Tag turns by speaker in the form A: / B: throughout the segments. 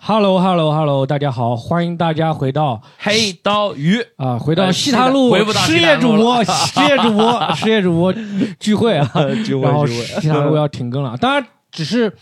A: Hello Hello Hello，大家好，欢迎大家回到
B: 黑刀 鱼
A: 啊、回到
B: 哎
A: 西塔路
B: 回不到
A: 失
B: 西
A: 业
B: 塔
A: 主
B: 路
A: 播
B: 了
A: 失业主播失业主播聚会啊，
B: 聚
A: 然后西塔路要停更了，当然只是。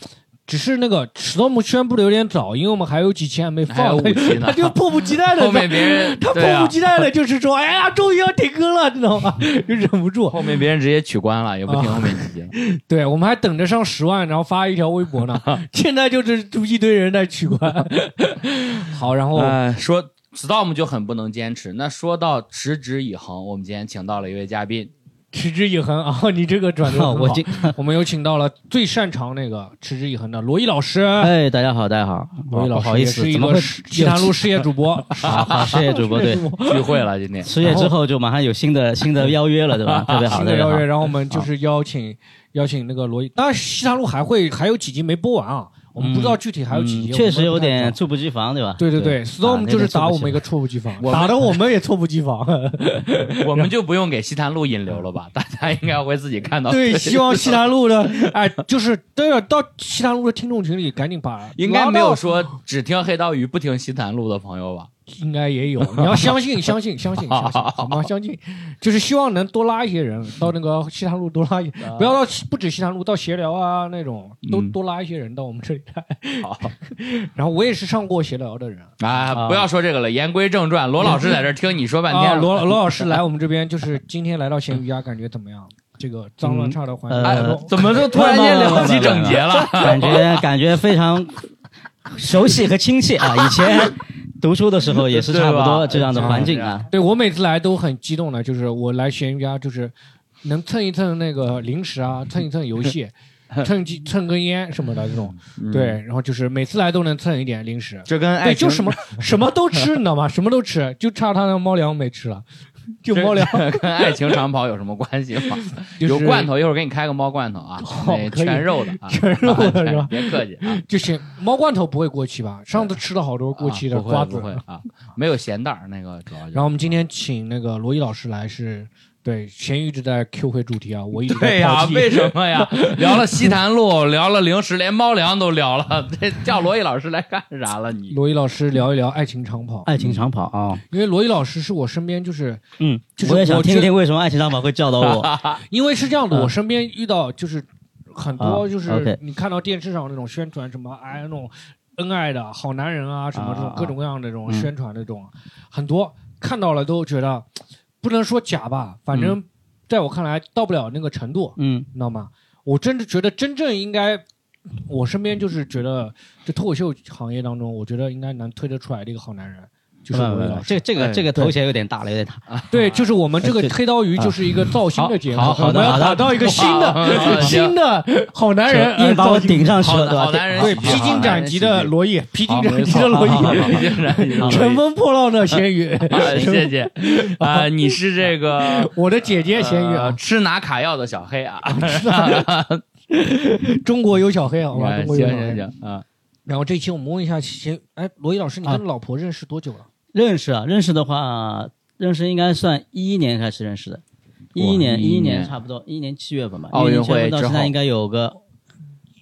A: 只是那个史多姆宣布的有点早，因为我们还有几期还没
B: 还
A: 放
B: 有五，期 呢
A: 他，就迫不及待的，
B: 后面别人
A: 他
B: 对
A: 迫不
B: 啊，
A: 及待的，就是说，哎呀，终于要停更了，你 知道吗？就忍不 住。
B: 后面别人直接取关了，也不听
A: 啊
B: 后面几集。
A: 对，我们还等着上十万，然后发一条微博呢。现在就是一堆人在取关。 好，然后
B: 哎，说 Storm 就很不能坚持。那说到持之以恒，我们今天请到了一位嘉宾，
A: 持之以恒啊，你这个转 折很
C: 我
A: 好
C: 今
A: 我们有请到了最擅长那个持之以恒的罗毅老师。
C: 哎，大家好，大家好，
A: 罗毅
C: 不
A: 老
C: 好
A: 师
C: 意
A: 也
C: 思
A: 是，一
C: 怎么会
A: 个 西
C: 又
A: 南路事业主播，
C: 啊？好，事业主播对，
B: 聚会了今天。
C: 失业之后就马上有新的新的邀约了，对吧？特别好，
A: 新
C: 特
A: 的
C: 别好
A: 邀约，。然后我们就是邀请、邀请那个罗毅，当然西塘路还会还有几集没播完啊，我们不知道具体还有几集，我
C: 嗯
A: 们
C: 确实有
A: 不太
C: 点
A: 知道。
C: 猝不及防，对吧？
A: 对对对
C: 啊
A: ，storm
C: 那
A: 就是
C: 个猝不
A: 打我
C: 及
A: 们一个猝不及防，
B: 我们
A: 打的我们也猝不及 防。
C: 哦
B: 我们就不用给西坛路引流了 吧？大家应该会自己看到。
A: 对，希望西塘路的 哎，就是对了，到西塘路的听众群里赶紧把
B: 应该没
A: 拉
B: 有
A: 到，
B: 说只听黑刀鱼不听西坛路的朋友 吧？
A: 应该也有，你要相信，相信，相信，
B: 啊
A: 相信，好吗？ 相信，就是希望能多拉一些人到那
B: 嗯
A: 个西塘路，多拉一，不要到不止西塘路，到协聊啊那种，都
B: 啊嗯
A: 多拉一些人到我们这里来。
B: 好
A: 然后我也是上过协聊的人。
B: 啊，不要说这个了。言归正传，罗老师在这儿听你说半
A: 啊，
B: 天了。
A: 罗罗老师来我们这边，就是今天来到咸鱼鸭，感觉怎么样？这个脏乱差的环境，
C: 呃
B: 哎
A: 罗
B: 怎么 就突然间聊起整洁了？
C: 感觉感觉非常熟悉和亲切啊！以前读书的时候也是差不
B: 对吧
C: 多这样的环境啊。
A: 对我每次来都很激动的，就是我来咸鱼鸭，就是能蹭一蹭那个零食啊， 蹭一蹭游戏，蹭几蹭根烟什么的这种。
B: 嗯
A: 对，然后就是每次来都能蹭一点零食， 啊
B: 这跟
A: 对，
B: 爱
A: 就
B: 情
A: 什么什么都吃，你知道吗？什么都吃，就差他那猫粮没吃 了，就猫粮
B: 跟爱情长跑有什么关系吗？
A: 就是
B: 有罐头，一会儿给你开个猫罐头啊，
A: 好
B: 那
A: 可以
B: 全肉的啊，？
A: 全肉的是吧
B: 别客气啊，
A: 就行，猫罐头不会过期吧？上次吃了好多过期的
B: 啊不会
A: 瓜
B: 不
A: 子。
B: 会啊，没有咸蛋儿那个主要就是。
A: 然后我们今天请那个罗毅老师来是。对，咸鱼一直在 Q 回主题啊，我一直在
B: 对呀、
A: 抛弃
B: 为什么呀？ 聊了西坛路，聊了零食，连猫粮都聊了，这叫罗毅老师来干啥了你？
A: 罗毅老师聊一聊爱情长跑，
C: 爱情长跑啊，
A: 因为罗毅老师是我身边就是，
C: 嗯
A: 就，是
C: 我也想
A: 我觉
C: 听一听为什么爱情长跑会教导我。
A: 因为是这样的，
C: 嗯
A: 我身边遇到就是很多
C: 啊
A: 就是
C: ，OK
A: 你看到电视上那种宣传什么哎那种恩爱的好男人啊什么
C: 啊
A: 这种
C: 啊
A: 各种各样的这种
C: 嗯
A: 宣传的这种，很多看到了都觉得不能说假吧，反正在我看来到不了那个程度，
C: 嗯，
A: 你知道吗？我真的觉得真正应该。我身边就是觉得，就脱口秀行业当中，我觉得应该能推得出来的一个好男人，就是
C: 不
A: 罗
C: 不
A: 毅
C: 不
A: 老师。
C: 这这
B: 哎
C: 个这个头衔有点大了，有点大。
A: 对，就是我们这个
C: 对
A: 黑刀鱼就是一个造星的节目，
C: 啊好好
A: 我们
C: 好的
A: 要
C: 好的
A: 打造一个新的
B: 哇
A: 新的好男人
C: 硬
A: 呃
C: 把我
A: 造型。
C: 顶上去
B: 好
C: 了，对吧？
B: 好男人
A: 对，
B: 喜
A: 披
B: 剧好
A: 荆
B: 男
A: 斩
B: 人
A: 棘
B: 喜
A: 的
B: 剧
A: 罗毅，披荆
B: 好
A: 斩
B: 没
A: 棘
B: 错
A: 的罗
B: 好好
A: 毅，
B: 好披荆斩棘的
A: 乘
B: 罗毅
A: 风破浪的咸鱼，
B: 啊谢谢啊、你是这个
A: 我的姐姐咸鱼
B: 呃
A: 啊，
B: 吃拿卡要的小黑啊，
A: 中国有小黑，好吧，
B: 啊
A: 中国
B: 行
A: 有小
B: 行
A: 黑。
B: 行啊，
A: 然后这期我们问一下咸，哎，罗毅老师，你跟老婆认识多久了？
C: 认识啊，认识的话，认识应该算一一年开始认识的，一一
B: 11
C: 年一一
B: 年
C: 年差不多，一一年七月份吧，
B: 奥运会
C: 11年七月份到
B: 之后
C: 现在应该有个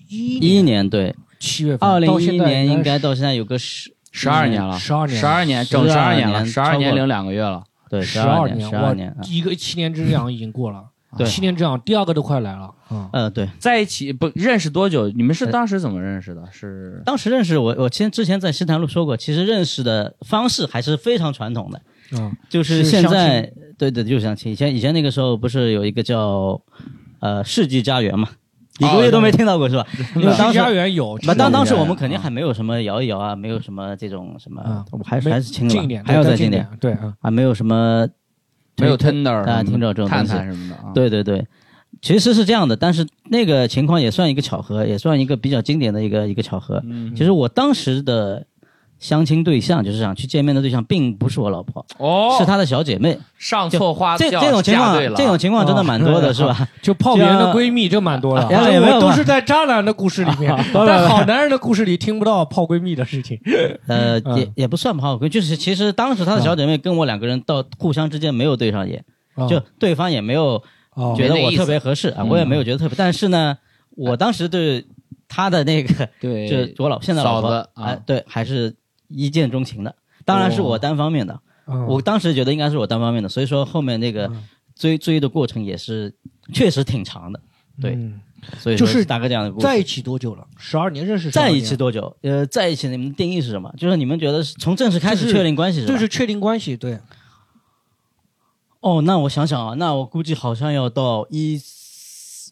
A: 一
C: 一一年对，
A: 七月份，
C: 二零
A: 到
C: 一
A: 现
C: 一
A: 在
C: 年应该
A: 是
C: 到现在有个十
B: 十二年了，
A: 12年
B: 十二年，整十二年了，十
C: 12
B: 二
C: 年
B: 年零两个月了。
C: 对
A: 十
C: 十
A: 二
C: 二
A: 年，
C: 十
A: 哇
C: 二年啊，
A: 一个七年之痒已经过了，
C: 对
A: 七年之痒第二个都快来了，嗯，
C: 呃对，
B: 在一起不认识多久？你们是
C: 呃
B: 当时怎么认识的？是
C: 当时认识我，我先之前在西坛路说过，其实认识的方式还是非常传统的，
A: 嗯，
C: 就是
A: 是
C: 现
A: 相
C: 在对对就是相亲，以前以前那个时候不是有一个叫呃世纪佳缘嘛，一
B: 哦
C: 个月都没听到过是吧？因为当时
A: 家园有，
C: 那当当时我
B: 啊
C: 们肯定还没有什么摇一摇啊，没有什么这种什么
A: 啊，
C: 我还
A: 没
C: 是还是轻
A: 近
C: 了
A: 一点，
C: 吧，还要
A: 对
C: 再
A: 近
C: 轻
A: 一
C: 点，
A: 对啊，
C: 还没有什么
B: 没有
C: 推
B: Tinder
C: 大家听着这种
B: 探
C: 东西
B: 探什么的啊？
C: 对对对，其实是这样的，但是那个情况也算一个巧合，也算一个比较经典的一个一个巧合。
B: 嗯，
C: 其实我当时的相亲对象，就是想去见面的对象，并不是我老婆，
B: 哦，
C: 是她的小姐妹。
B: 上
C: 就
B: 错花
C: 这
B: 轿
C: 这种情
B: 嫁
C: 况
B: 对，了
C: 这种情况真的蛮多的，是吧？
A: 就泡别人的闺蜜，这蛮多的，
C: 这样
A: 哎
C: 也啊没有
A: 我都
C: 吧
A: 是在渣男的故事里 面，在好男人的故事里听不到泡闺蜜的事情，
C: 呃，
A: 嗯
C: 也也不算不好，就是其实当时她的小姐妹跟我两个人到互相之间没有对上眼，
A: 啊
C: 就对方也没有
A: 哦
C: 觉得我特别合适啊，
B: 嗯
C: 我也没有觉得特别，但是呢，我当时对他的那个
A: 哎
B: 对，
C: 就是我老现在老
B: 嫂
C: 婆
B: 子
C: 哎
B: 啊，，
C: 对，还是一见钟情的。当然是
A: 哦
C: 我单方面的，
A: 嗯
C: 我当时觉得应该是我单方面的，所以说后面那个追追的过程也是确实挺长的，对
A: 嗯
C: 所以
A: 就
C: 说
A: 是
C: 大概这样的故事。
A: 在一起多久了？十二年认识12
C: 在
A: 年
C: 一起多久？呃，在一起你们定义是什么？就是你们觉得是从正式开始
A: 就是
C: 确定关系是吧？
A: 就是确定关系，对，
C: 哦，那我想想啊，那我估计好像要到一，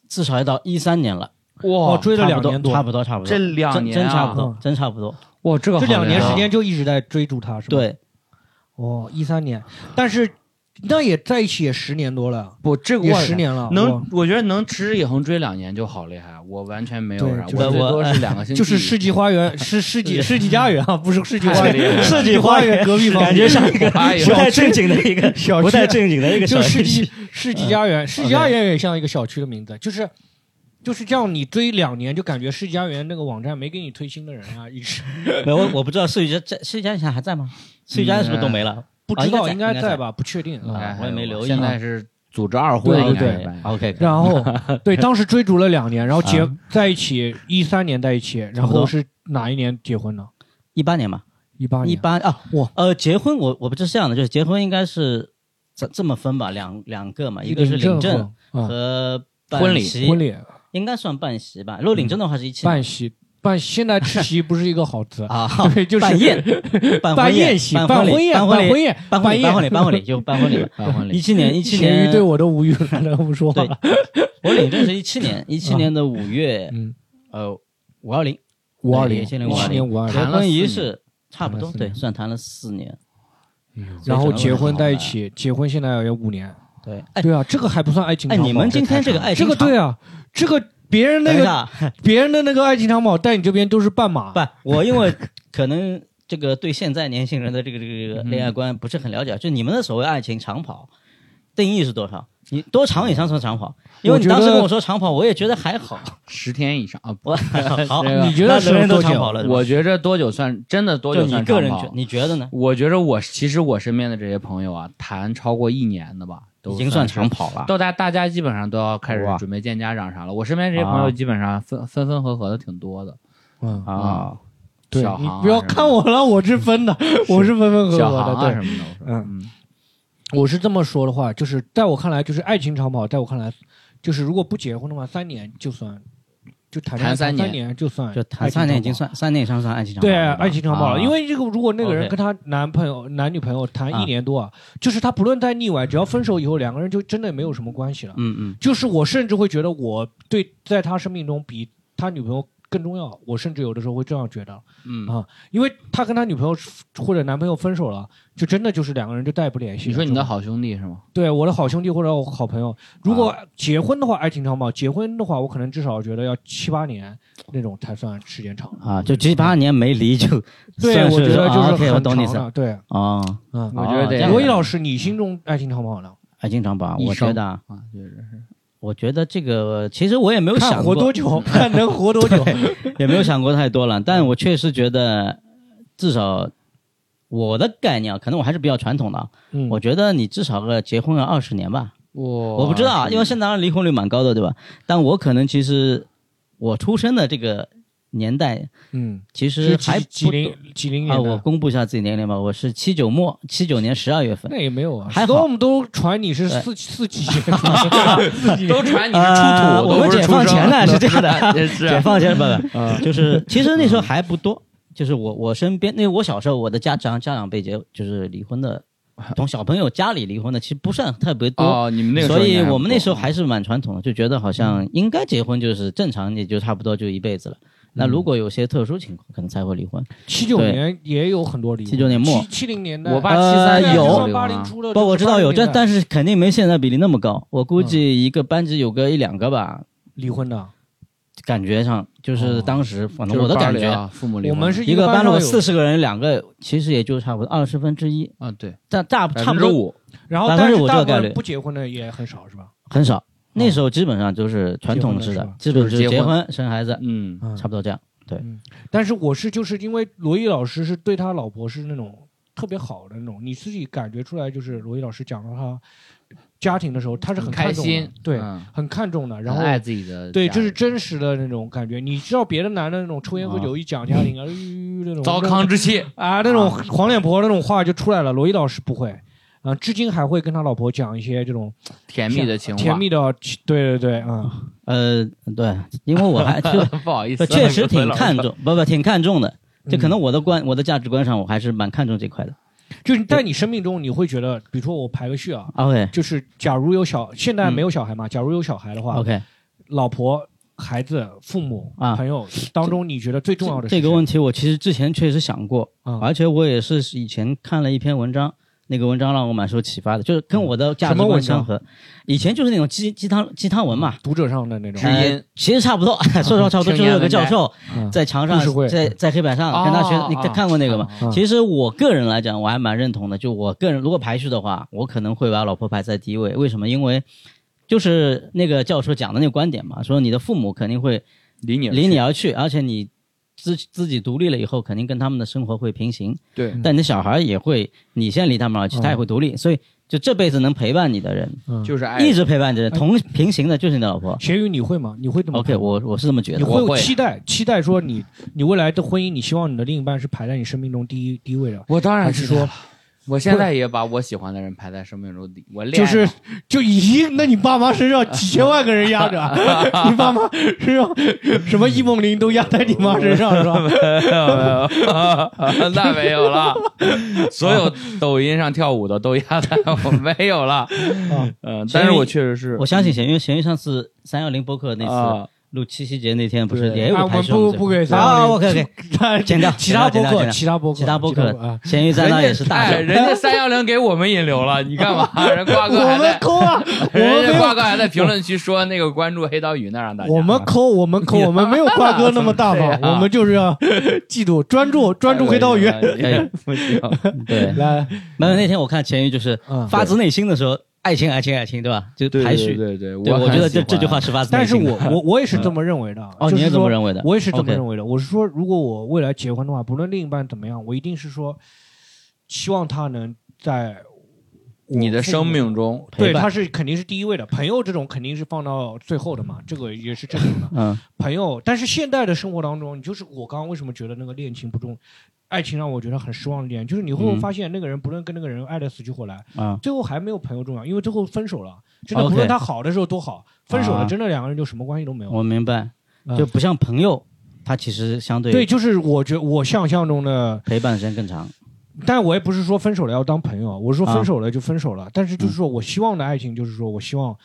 C: 至少要到一三年了，
A: 我
B: 哇，
A: 追了
C: 差
A: 两
C: 不
A: 年
C: 多，
A: 多
C: 差，不多，差不多，
B: 这两年
C: 真真差不
B: 啊，
C: 多，真差不多。
B: 哇，这个
A: 这
B: 好啊
A: 两年
B: 聊
A: 时间就一直在追逐他，是吧？，
C: 对，
A: 哦，一三年，但是那也在一起也十年多了，
B: 不，这个
A: 也
B: 我
A: 十年了，
B: 能
A: 哇，
B: 我觉得能持之以恒追两年就好厉害，我完全没有
A: 对
B: 啥，
A: 就是
B: 我最
C: 我哎
B: 多是两个星期，
A: 就是世纪花园，是世 纪世纪家园啊，不是世纪花
B: 太厉害
A: 园，
B: 了
A: 世纪花园隔壁房，
C: 感觉像一个
B: 哎呦
C: 不太正经的一个，
A: 小区
C: 不太正经的一个
A: 就
C: 小嗯
A: 是世
C: 事情
A: 纪。世纪家园，世纪家园也像一个小区的名字，就是就是这样，你追两年就感觉世纪家园那个网站没给你推新的人啊，一 直
C: 没有我我不知道世玉家世玉家现在还在吗？世玉家是不是都没了？
A: 不知道
C: 啊应该在
A: 该在吧，不确定
C: 嗯
A: 啊。
B: 哎
C: 我也没留意
B: 现在是组织二婚，
A: 对
B: 应该
A: 对
B: 是办
C: OK，
A: 然 后对，当时追逐了两年，然后结
C: 啊
A: 在一起，一三年在一起，然
C: 差不
A: 后
C: 多
A: 是哪一年结婚呢？
C: 一八年嘛，
A: 一八
C: 一
A: 年。
C: 八啊，
A: 哇，
C: 呃，结婚我我不是这样的，就是结婚应该是这这么分吧，两两个嘛，一个是领证
A: 啊，
C: 和办
B: 婚礼
C: 席
A: 婚礼
C: 应该算办席吧。如果领证的话是一起，
A: 办席办，现在吃席不是一个好词
C: 啊，
A: 对，就是
C: 办宴、办
A: 办
C: 婚宴
A: 席、
C: 办婚
A: 宴、
C: 办
A: 办
C: 婚礼、
A: 宴、婚
C: 办婚礼、办婚礼、办婚礼就办婚礼吧。
B: 办婚
C: 一
B: 礼，
C: 七年，一七
A: 咸
C: 年
A: 鱼对我都无语了，都不说话
C: 对
A: 了。
C: 我领证是一 七年，一七年的五月，
A: 嗯，
C: 呃，五二零，
A: 五二零，
C: 一七年
A: 一七年五二
C: 结
A: 零，
B: 谈了四
C: 婚仪
B: 年
C: 式差不多，
A: 谈了四
C: 对，
A: 年
C: 算谈了四年，
A: 然后
C: 所以整
A: 结
C: 个
A: 婚
C: 很好
A: 在一
C: 玩
A: 起，结婚现在有五年。
C: 对。哎
A: 对啊，这个还不算爱情
C: 哎，
A: 长跑。
C: 你们今天这个爱
A: 这
C: 情
A: 个
C: 长
A: 对啊，这个别人那
C: 等一
A: 个
C: 下，啊
A: 别人的那个爱情长跑，在你这边都是半马。
C: 不，我因 为可能这个对现在年轻人的这个这个这个
B: 嗯
C: 恋爱观不是很了解，就你们的所谓爱情长跑定义是多少？你多长以上算长跑？因为你
A: 我觉得
C: 当时跟我说长跑，我也觉得还好，
B: 十天以上啊，不
C: 我好，
B: 这个
A: 啊你觉得
C: 那
A: 是
C: 人人都
A: 多久
C: 长跑了？是吧
B: 我觉着多久算真的多
C: 就
B: 久
C: 你
B: 算
C: 个
B: 长
C: 人觉
B: 跑？啊
C: 你觉得呢？
B: 我觉着我其实我身边的这些朋友啊，谈超过一年的吧，都
C: 已经
B: 算
C: 算
B: 是
C: 长跑了。
B: 到大大家基本上都要开始
C: 哇
B: 准备见家长啥了。我身边这些朋友
C: 啊
B: 基本上分分分合合的挺多的。
A: 嗯，
C: 啊，
A: 对
B: 小
A: 你
B: 航啊
A: 不要
B: 什么
A: 看我了，我是分的，我是分分合
B: 小
A: 合
B: 航
A: 的。
B: 啊
A: 对，
B: 什么的，我说
A: 嗯
B: 嗯，
A: 我是这么说的话，就是在我看来，就是爱情长跑，在我看来，就是如果不结婚的话，三年就算，就谈恋爱
B: 谈
A: 三
B: 三年
A: 年就
B: 嗯
A: 算，
C: 就谈三年已经。算三年以上算爱情长跑
A: 对，
C: 了。
A: 爱情长跑了，
B: 啊
A: 因为这个，如果那个人
C: OK
A: 跟她男朋友、男女朋友谈一
C: 啊
A: 年多，啊，就是他不论再腻歪，只要分手以后，两个人就真的没有什么关系了。
C: 嗯嗯，
A: 就是我甚至会觉得我对在他生命中比他女朋友更重要，我甚至有的时候会这样觉得，
B: 嗯
A: 啊，因为他跟他女朋友或者男朋友分手了，就真的就是两个人就再也不联系了。
B: 你说你的
A: 就
B: 好兄弟是吗？
A: 对我的好兄弟或者我好朋友，如
B: 啊
A: 果结婚的话，爱情长跑，结婚的话，我可能至少觉得要七八年那种才算时间长。
C: 啊，就七八年没离就
A: 对，
C: 算
A: 我觉得
C: 啊
A: 就是
C: OK，我
A: 很
C: 懂
A: 长
C: 你意思
A: 的。对，
C: 啊。
A: 嗯，
B: 我觉得
C: 哦
B: 得
C: 这样
A: 罗毅
C: 的
A: 老师，你心中爱情长跑呢？
C: 爱情长跑，
B: 一
C: 我觉
B: 生
C: 得啊，
B: 啊，确实是。
C: 我觉得这个其实我也没有
A: 看
C: 想
A: 活
C: 过
A: 多 久，看能活多久。
C: 也没有想过太多了，但我确实觉得，至少我的概念啊，可能我还是比较传统的啊。
A: 嗯
C: 我觉得你至少个结婚个二十年吧，
B: 我
C: 我
B: 我
C: 不知道啊，因为现在离婚率蛮高的，对吧？但我可能其实我出生的这个年代，
A: 嗯，
C: 其
A: 是
C: 实
A: 几
C: 还
A: 几
C: 不多
A: 零几零
C: 啊，
A: 年
C: 我
A: 的，
C: 公布一下自己年龄吧，我是七九末，七九年十二月份
A: 那。也没有啊。
C: 还好
A: Storm 都传你是四四几年的， 四几年
B: 都传你是出
C: 呃
B: 土，
C: 我
B: 都
C: 们
B: 不是
C: 解
B: 出
C: 放
B: 生
C: 前呢是这样的，
B: 也是
C: 解放前不不，
B: 啊嗯
C: 就是其实那时候还不多，就是我我身边，因为我小时候我的家长家长被结就是离 婚的，从小朋友家里离婚的其实不算特别多，
B: 哦，你们那个时候
C: 所以
B: 应该
C: 我们
B: 不
C: 那时候
B: 多嗯
C: 还是蛮传统的，就觉得好像应该结婚就是正常，也就差不多就一辈子了。那
B: 嗯
C: 如果有些特殊情况，可能才会离婚，
A: 七九
C: 对
A: 年也有很多离婚，
C: 79年末
A: 七零年代，
B: 我爸七
C: 呃
B: 三啊
C: 有
A: 八零出的，
C: 不，我知道有，
A: 这
C: 但但是肯定没现在比例那么高。我
B: 嗯
C: 估计一个班级有个一两个吧，
A: 离婚的，感
C: 感觉上就是
A: 哦
C: 当时，反正
B: 就是
C: 我的
B: 班
C: 感
B: 里
C: 觉，
B: 啊父母离
A: 我
B: 婚
A: 们是
C: 一个班
A: 班
C: 如
A: 上
C: 果
A: 有
C: 四十个人，两个其实也就差不多二十分之一，
B: 啊，对，
C: 但大
B: 百
C: 差
B: 分
C: 不
B: 之
C: 多
B: 五，
A: 然后
C: 百分
A: 但
C: 之
A: 是
C: 五
A: 大
C: 这个
A: 部分
C: 概率
A: 不结婚的也很少，是吧？
C: 很少。那时候基本上就是传统式
A: 结婚
C: 的
A: 了，
C: 基本就
B: 就是是结
C: 结
B: 婚
C: 婚生孩子，
B: 嗯，
A: 嗯
C: 差不多这样。
A: 但是我是就是因为罗毅老师是对他老婆是那种特别好的那种，你自己感觉出来，就是罗毅老师讲到他家庭的时候，他是很
B: 开
A: 看重的
B: 心，
A: 对，
B: 嗯
A: 很看重的，然
B: 很
A: 后
B: 爱自己的家人，
A: 对，这是真实的那种感觉。你知道别的男的那种抽烟喝酒一讲家庭啊，吁那种
B: 糟糠之妻，
A: 啊，那种黄脸婆那种话就出来了。罗毅老师不会，啊、至今还会跟他老婆讲一些这种
B: 甜蜜的情 话，
A: 甜蜜的，对对对，啊、
C: 呃，对，因为我还就
B: 不好意思
C: 不，确实挺看
B: 重。
C: 重，不不挺看重的。这可能
A: 我
C: 我的观、我的价值观上，我还是蛮看重这块的。
A: 嗯就是在你生命中，你会觉得，比如说我排个序啊，
C: OK
A: 就是假如有小，现在没有小孩嘛，假如有小孩的话
C: 嗯 OK，
A: 老婆、孩子、父母、
C: 啊
A: 朋友当中，你觉得最重要的
C: 这个问题，我其实之前确实想过，
A: 啊、
C: 而且我也是以前看了一篇文章，那个文章让我蛮受启发的，就是跟我的价
A: 什
C: 值
A: 么文
C: 观
A: 章
C: 相合。以前就是那种鸡鸡汤鸡汤文嘛，
A: 读者上的那种
B: 知，音
C: 呃其实差不多，说实话差不
B: 青
C: 多，就是
B: 年
C: 有个
B: 文
C: 教
B: 摘
C: 授
A: 嗯
C: 在墙
A: 故事会哦
C: 上，在在黑板上啊跟他学，你看过那个吗？
B: 哦？
A: 嗯
C: 其实我个人来讲，我还蛮认同的。就我个人如果排序的话，我可能会把老婆排在第一位。为什么？因为就是那个教授讲的那个观点嘛，说你的父母肯定会
B: 离你而
C: 离
B: 去
C: 你而去，而且你自自己独立了以后，肯定跟他们的生活会平行。
B: 对
C: 但你的小孩也会，你先离他们而去，
A: 嗯
C: 他也会独立。所以就这辈子能陪伴你的人，
A: 嗯
B: 就是爱
C: 一直陪伴你的人，同平行的就是你的老婆。
A: 咸鱼你会哎吗？你会怎么
C: OK，我我是这么觉
A: 你
C: 得。
A: 会
B: 我
A: 有
B: 会
A: 期待，期待说你你未来的婚姻，你希望你的另一半是排在你生命中第一第一位的，
B: 我当
A: 还
B: 然
A: 是
B: 是说
A: 说，
B: 我现在也把我喜欢的人排在生命中第一。我恋
A: 就
B: 爱
A: 是就已经？那你爸妈身上几千万个人压着 啊，你爸妈身上什么易梦玲都压在你妈身上是 吧？
B: 那没有了，所有抖音上跳舞的都压在我没有 了。
A: 啊
B: 嗯，但是我确实是
C: 我相
A: 嗯
C: 信咸鱼，咸鱼上次三幺零播客那次。
B: 啊，
C: 录七夕节那天不是
B: 对
C: 也
A: 啊，
C: 有
A: 我
C: 拍
A: 们
C: 摄吗
A: 不不给
C: 啊
A: 310
C: ，OK OK，剪掉
A: 其他
C: 剪
A: 播客，
C: 掉剪掉
A: 其他播客，
C: 其他播客
A: 啊，
C: 咸鱼在那也是大
B: 哎，
C: 奖。
B: 人家三幺零给我们引流了，你 干嘛？人瓜哥
A: 我
B: 还
A: 们
B: 在，
A: 抠啊，我们
B: 人
A: 没
B: 家瓜
A: 有。
B: 哥还在评论区说那个关注黑刀鱼那让大家。
A: 我们抠，我们抠，我们没有 瓜哥那么大方，
B: 对啊
A: 我们就是要嫉妒，专注，专注黑刀鱼。
B: 哎不行，
C: 对，
A: 来，
C: 没有那天我看咸鱼就是
A: 嗯，
C: 发自内心的说爱情爱情爱情，对吧？就
B: 对
C: 排序。
B: 对对，
C: 对，我觉得这这句话
B: 是
C: 是发自内
A: 但是
C: 心的。
A: 我我我也是这么认为的。
C: 哦，
A: 就
C: 你
A: 是
C: 也这么
A: 说
C: 认为的？
A: 我也是这么
C: OK
A: 认为的。我是说，如果我未来结婚的话，不论另一半怎么样，我一定是说，希望他能在我
B: 你的
A: 父
B: 生
A: 母
B: 命中
A: 对，
C: 陪伴
A: 他是肯定是第一位的。朋友这种肯定是放到最后的嘛，这个也是正常的。
C: 嗯
A: 朋友，但是现在的生活当中，你就是我刚刚为什么觉得那个恋情不重，爱情让我觉得很失望的点，就是你会
C: 嗯
A: 发现那个人不论跟那个人爱的死去活来，
C: 啊，
A: 最后还没有朋友重要，因为最后分手了，真的
C: OK
A: 不论他好的时候多好，分手了
C: 哦啊
A: 真的两个人就什么关系都没有。
C: 我明白，
A: 嗯
C: 就不像朋友，他其实相
A: 对，
C: 对
A: 就是我觉我想象中的，
C: 陪伴时间更长。
A: 但我也不是说分手了要当朋友，我是说
C: 啊嗯
A: 分手了就分手了，但是就是说我希望的爱情，就是说我希望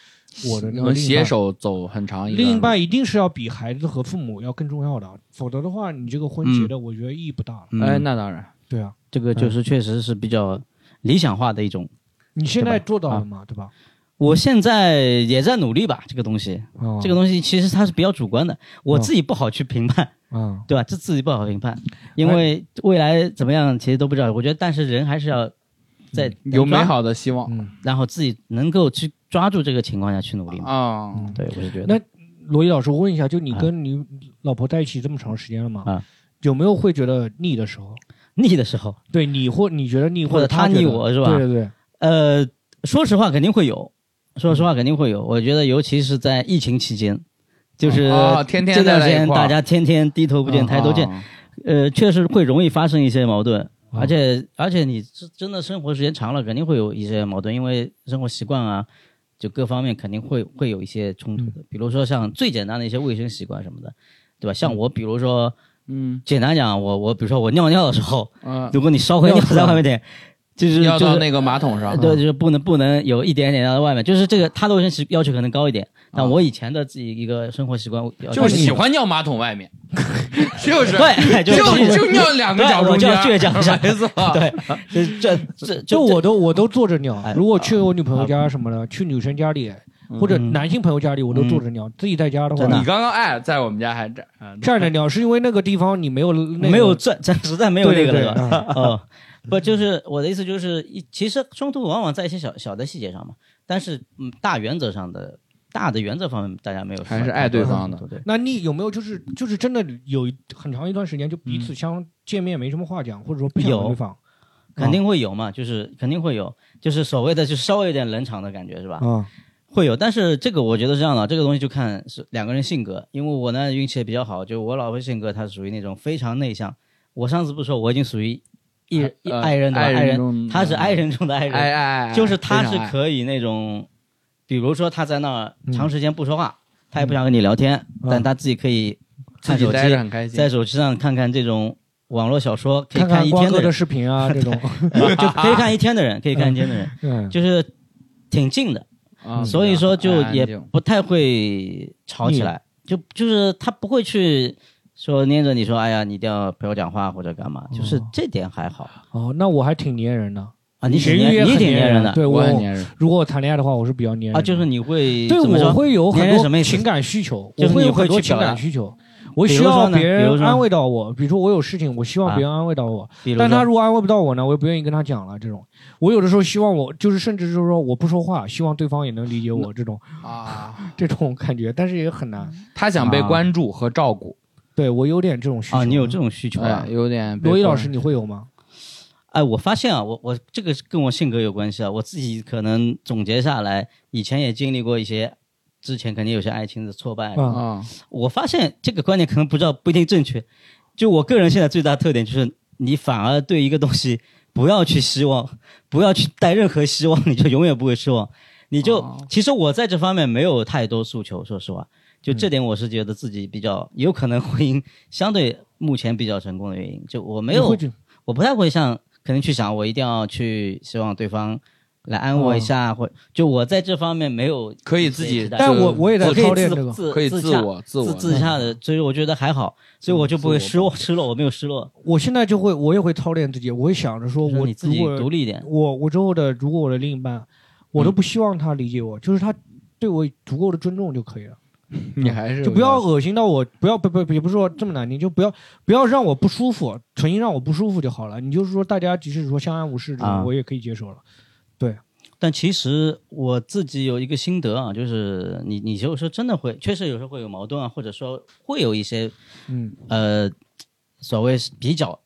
A: 我的那个另一
B: 能
A: 半
B: 携手走很长一段路。
A: 另一半一定是要比孩子和父母要更重要的，否则的话，你这个婚结的，我觉得意义不大了。
C: 嗯
B: 哎，那当然，
A: 对啊，
C: 这个就是确实是比较理想化的一种。
A: 你现在
C: 对吧
A: 做到了嘛，对吧？
C: 我现在也在努力吧，这个东西，
A: 啊，
C: 这个东西其实它是比较主观的，我
A: 嗯
C: 自己不好去评判。
A: 啊，
C: 对吧？这自己不好评判，因为未来怎么样其实都不知道。我觉得，但是人还是要在
B: 嗯有美
C: 抓，
B: 好的希望
A: 嗯，
C: 然后自己能够去抓住这个情况下去努力嘛。
B: 啊。
A: 嗯
C: 对，我是觉
A: 那
C: 得
A: 罗毅老师，我问一下，就你
C: 啊
A: 跟你老婆在一起这么长时间了嘛，
C: 啊
A: 有没有会觉得腻的时候？
C: 腻的时候，
A: 对你或你觉得腻，
C: 或
A: 者
C: 者他
A: 觉得
C: 腻我是吧
A: 对对对，
C: 呃，说实话肯定会有，说实话肯定会有。我觉得，尤其是在疫情期间，就是
B: 啊，天天
C: 这段时
B: 在一
C: 间
B: 块儿
C: 大家天天低头不见抬头见，
B: 啊
C: 呃，确实会容易发生一些矛盾。
A: 啊
B: 嗯
C: 而且而且你是真的生活时间长了，肯定会有一些矛盾，因为生活习惯啊，就各方面肯定会会有一些冲突
B: 嗯
C: 的。比如说像最简单的一些卫生习惯什么的，对吧？像我，比如说
B: 嗯
C: 简单讲，我我比如说我尿尿的时候，
B: 嗯，
C: 如果你稍微
A: 尿
C: 尿
A: 出来
C: 在外面点，就是
B: 要
C: 就
B: 到
C: 是
B: 那个马桶
C: 呃
B: 上，
C: 对，就是不能不能有一点点尿在外面，就是这个他的卫生习要求可能高一点，但我以前的自己一个生活习惯
B: 就是喜欢尿马桶外 面，就是
C: 对，
B: 就
C: 就是
B: 就尿两个脚
C: 对
B: 中
C: 我就
B: 间，
C: 要倔强 一下
B: 没错，
C: 对，就是这这
A: 就我都我都坐着尿
C: 哎。啊
A: 如果去我女朋友家什么的，去女生家里
B: 嗯
A: 或者男性朋友家里，我都坐着尿。自己在家的话
C: 嗯真，的
B: 你刚刚哎，在我们家还站嗯
A: 站着尿是因为那个地方你没有那个
C: 没有赚，咱实在没有
A: 对
C: 那个
A: 对
C: 了。
A: 对嗯
C: 哦，不，就是我的意思就是，一其实冲突往往在一些小小的细节上嘛，但是嗯，大原则上的大的原则方面，大家没有
B: 还是爱对方的
C: 的，对，
A: 那你有没有就是就是真的有很长一段时间就彼此相见面没什么话讲，或者说不想
C: 嗯有
A: 对方？
C: 肯定会有嘛，就是肯定会有，就是所谓的就是稍微有点冷场的感觉是吧？
A: 啊，
C: 会有，但是这个我觉得是这样的，这个东西就看是两个人性格。因为我呢运气也比较好，就我老婆性格她属于那种非常内向。我上次不是说我已经属于一人一
B: 呃
C: 爱人的
B: 爱
C: 爱
B: 人
C: 人，
B: 中
C: 她是爱人中的爱
B: 哎
C: 人，
B: 哎，哎
C: 就是她是
B: 非常爱
C: 可以那种，比如说她在那儿
A: 嗯
C: 长时间不说话，她也不想跟你聊天，
A: 嗯
C: 但她自己可以
B: 自
C: 看
B: 己
C: 手
B: 待着
C: 机，
B: 很开心
C: 在，手机上看看这种网络小说，可以
A: 看看
C: 一
A: 瓜
C: 天
A: 哥的
C: 的人，
A: 视频啊，这种，
C: 就可以看一天的人，可以看一天的人，
A: 嗯，
C: 就是挺近的。
B: 啊
C: 嗯所以说就也
B: 安静
C: 不太会吵起来，就就是他不会去说粘着你说，哎呀，你一定要陪我讲话或者干嘛，就是这点还好
A: 哦，那我还挺粘人的，
C: 啊。你挺
A: 谁嗯约
C: 粘，你
A: 很
C: 挺粘人的
A: 对
B: 我
A: 我，
B: 很粘人，
A: 如果我谈恋爱的话，我是比较粘人的
C: 啊，就是你会
A: 对
C: 怎么
A: 我
C: 说？
A: 会有
C: 粘
A: 很
C: 人
A: 多
C: 什么意思
A: 情感需求，
C: 就
A: 我
C: 是
A: 会
C: 你
A: 有
C: 会
A: 很多
C: 去
A: 情
C: 表达
A: 感需求，我
C: 比
A: 需
C: 如说
A: 要
C: 呢
A: 别
C: 比如
A: 人
C: 说啊
A: 安慰到我，比如说我有事情，我希望别人安慰到我，
C: 比如
A: 但他
C: 说
A: 如果安慰不到我呢，我也不愿意跟他讲了。这种，我有的时候希望我就是，甚至就是说我不说话，希望对方也能理解我这种
B: 啊，
A: 这种感觉，但是也很难。
B: 他想被
C: 啊
B: 关注和照顾，
A: 对我有点这种需求
C: 啊，你有这种需求啊
B: 哎，？有点被
A: 罗毅老
B: 关
A: 师，你会有吗？
C: 哎，我发现啊，我我这个是跟我性格有关系啊，我自己可能总结下来，以前也经历过一些。之前肯定有些爱情的挫败，
A: 啊
B: 啊，
C: 我发现这个观点可能不知道不一定正确。就我个人现在最大的特点就是，你反而对一个东西不要去希望，不要去带任何希望，你就永远不会失望。你就、
B: 哦
C: 其实我在这方面没有太多诉求，说实话，就
A: 嗯
C: 这点我是觉得自己比较有可能婚姻相对目前比较成功的原因。就我没
A: 你
C: 有
A: 会，这
C: 我不太会像可能去想我一定要去希望对方来安慰
A: 哦
C: 我一下，或就我在这方面没有
B: 可以
C: 这
B: 自
C: 些
B: 己，
C: 期待，
A: 但
B: 就
A: 我我也在
C: 我可以
A: 操
C: 自
A: 练这个。
C: 自
B: 可以
C: 自
B: 自
C: 洽
B: 我自我
C: 自自洽的，所以我觉得还好，所以我就不会失落失落，我没有失落，
A: 我现在就会，我也会操练自己，我会想着说，
C: 就是
A: 我
C: 你自己
A: 如果
C: 独立一嗯点。
A: 我我之后的，如果我的另一半，我都不希望他理解我，就是他对我足够的尊重就可以了，
B: 你还是
A: 就
B: 有
A: 不要
B: 点
A: 恶心到我，不要不不也不是说这么难听，就不要不要让我不舒服，存心让我不舒服就好了。你就是说大家即使说相安无事这
C: 啊
A: 种，我也可以接受了。
C: 但其实我自己有一个心得啊，就是你你有时候真的会，确实有时候会有矛盾啊，或者说会有一些
A: 嗯，
C: 呃所谓是比较，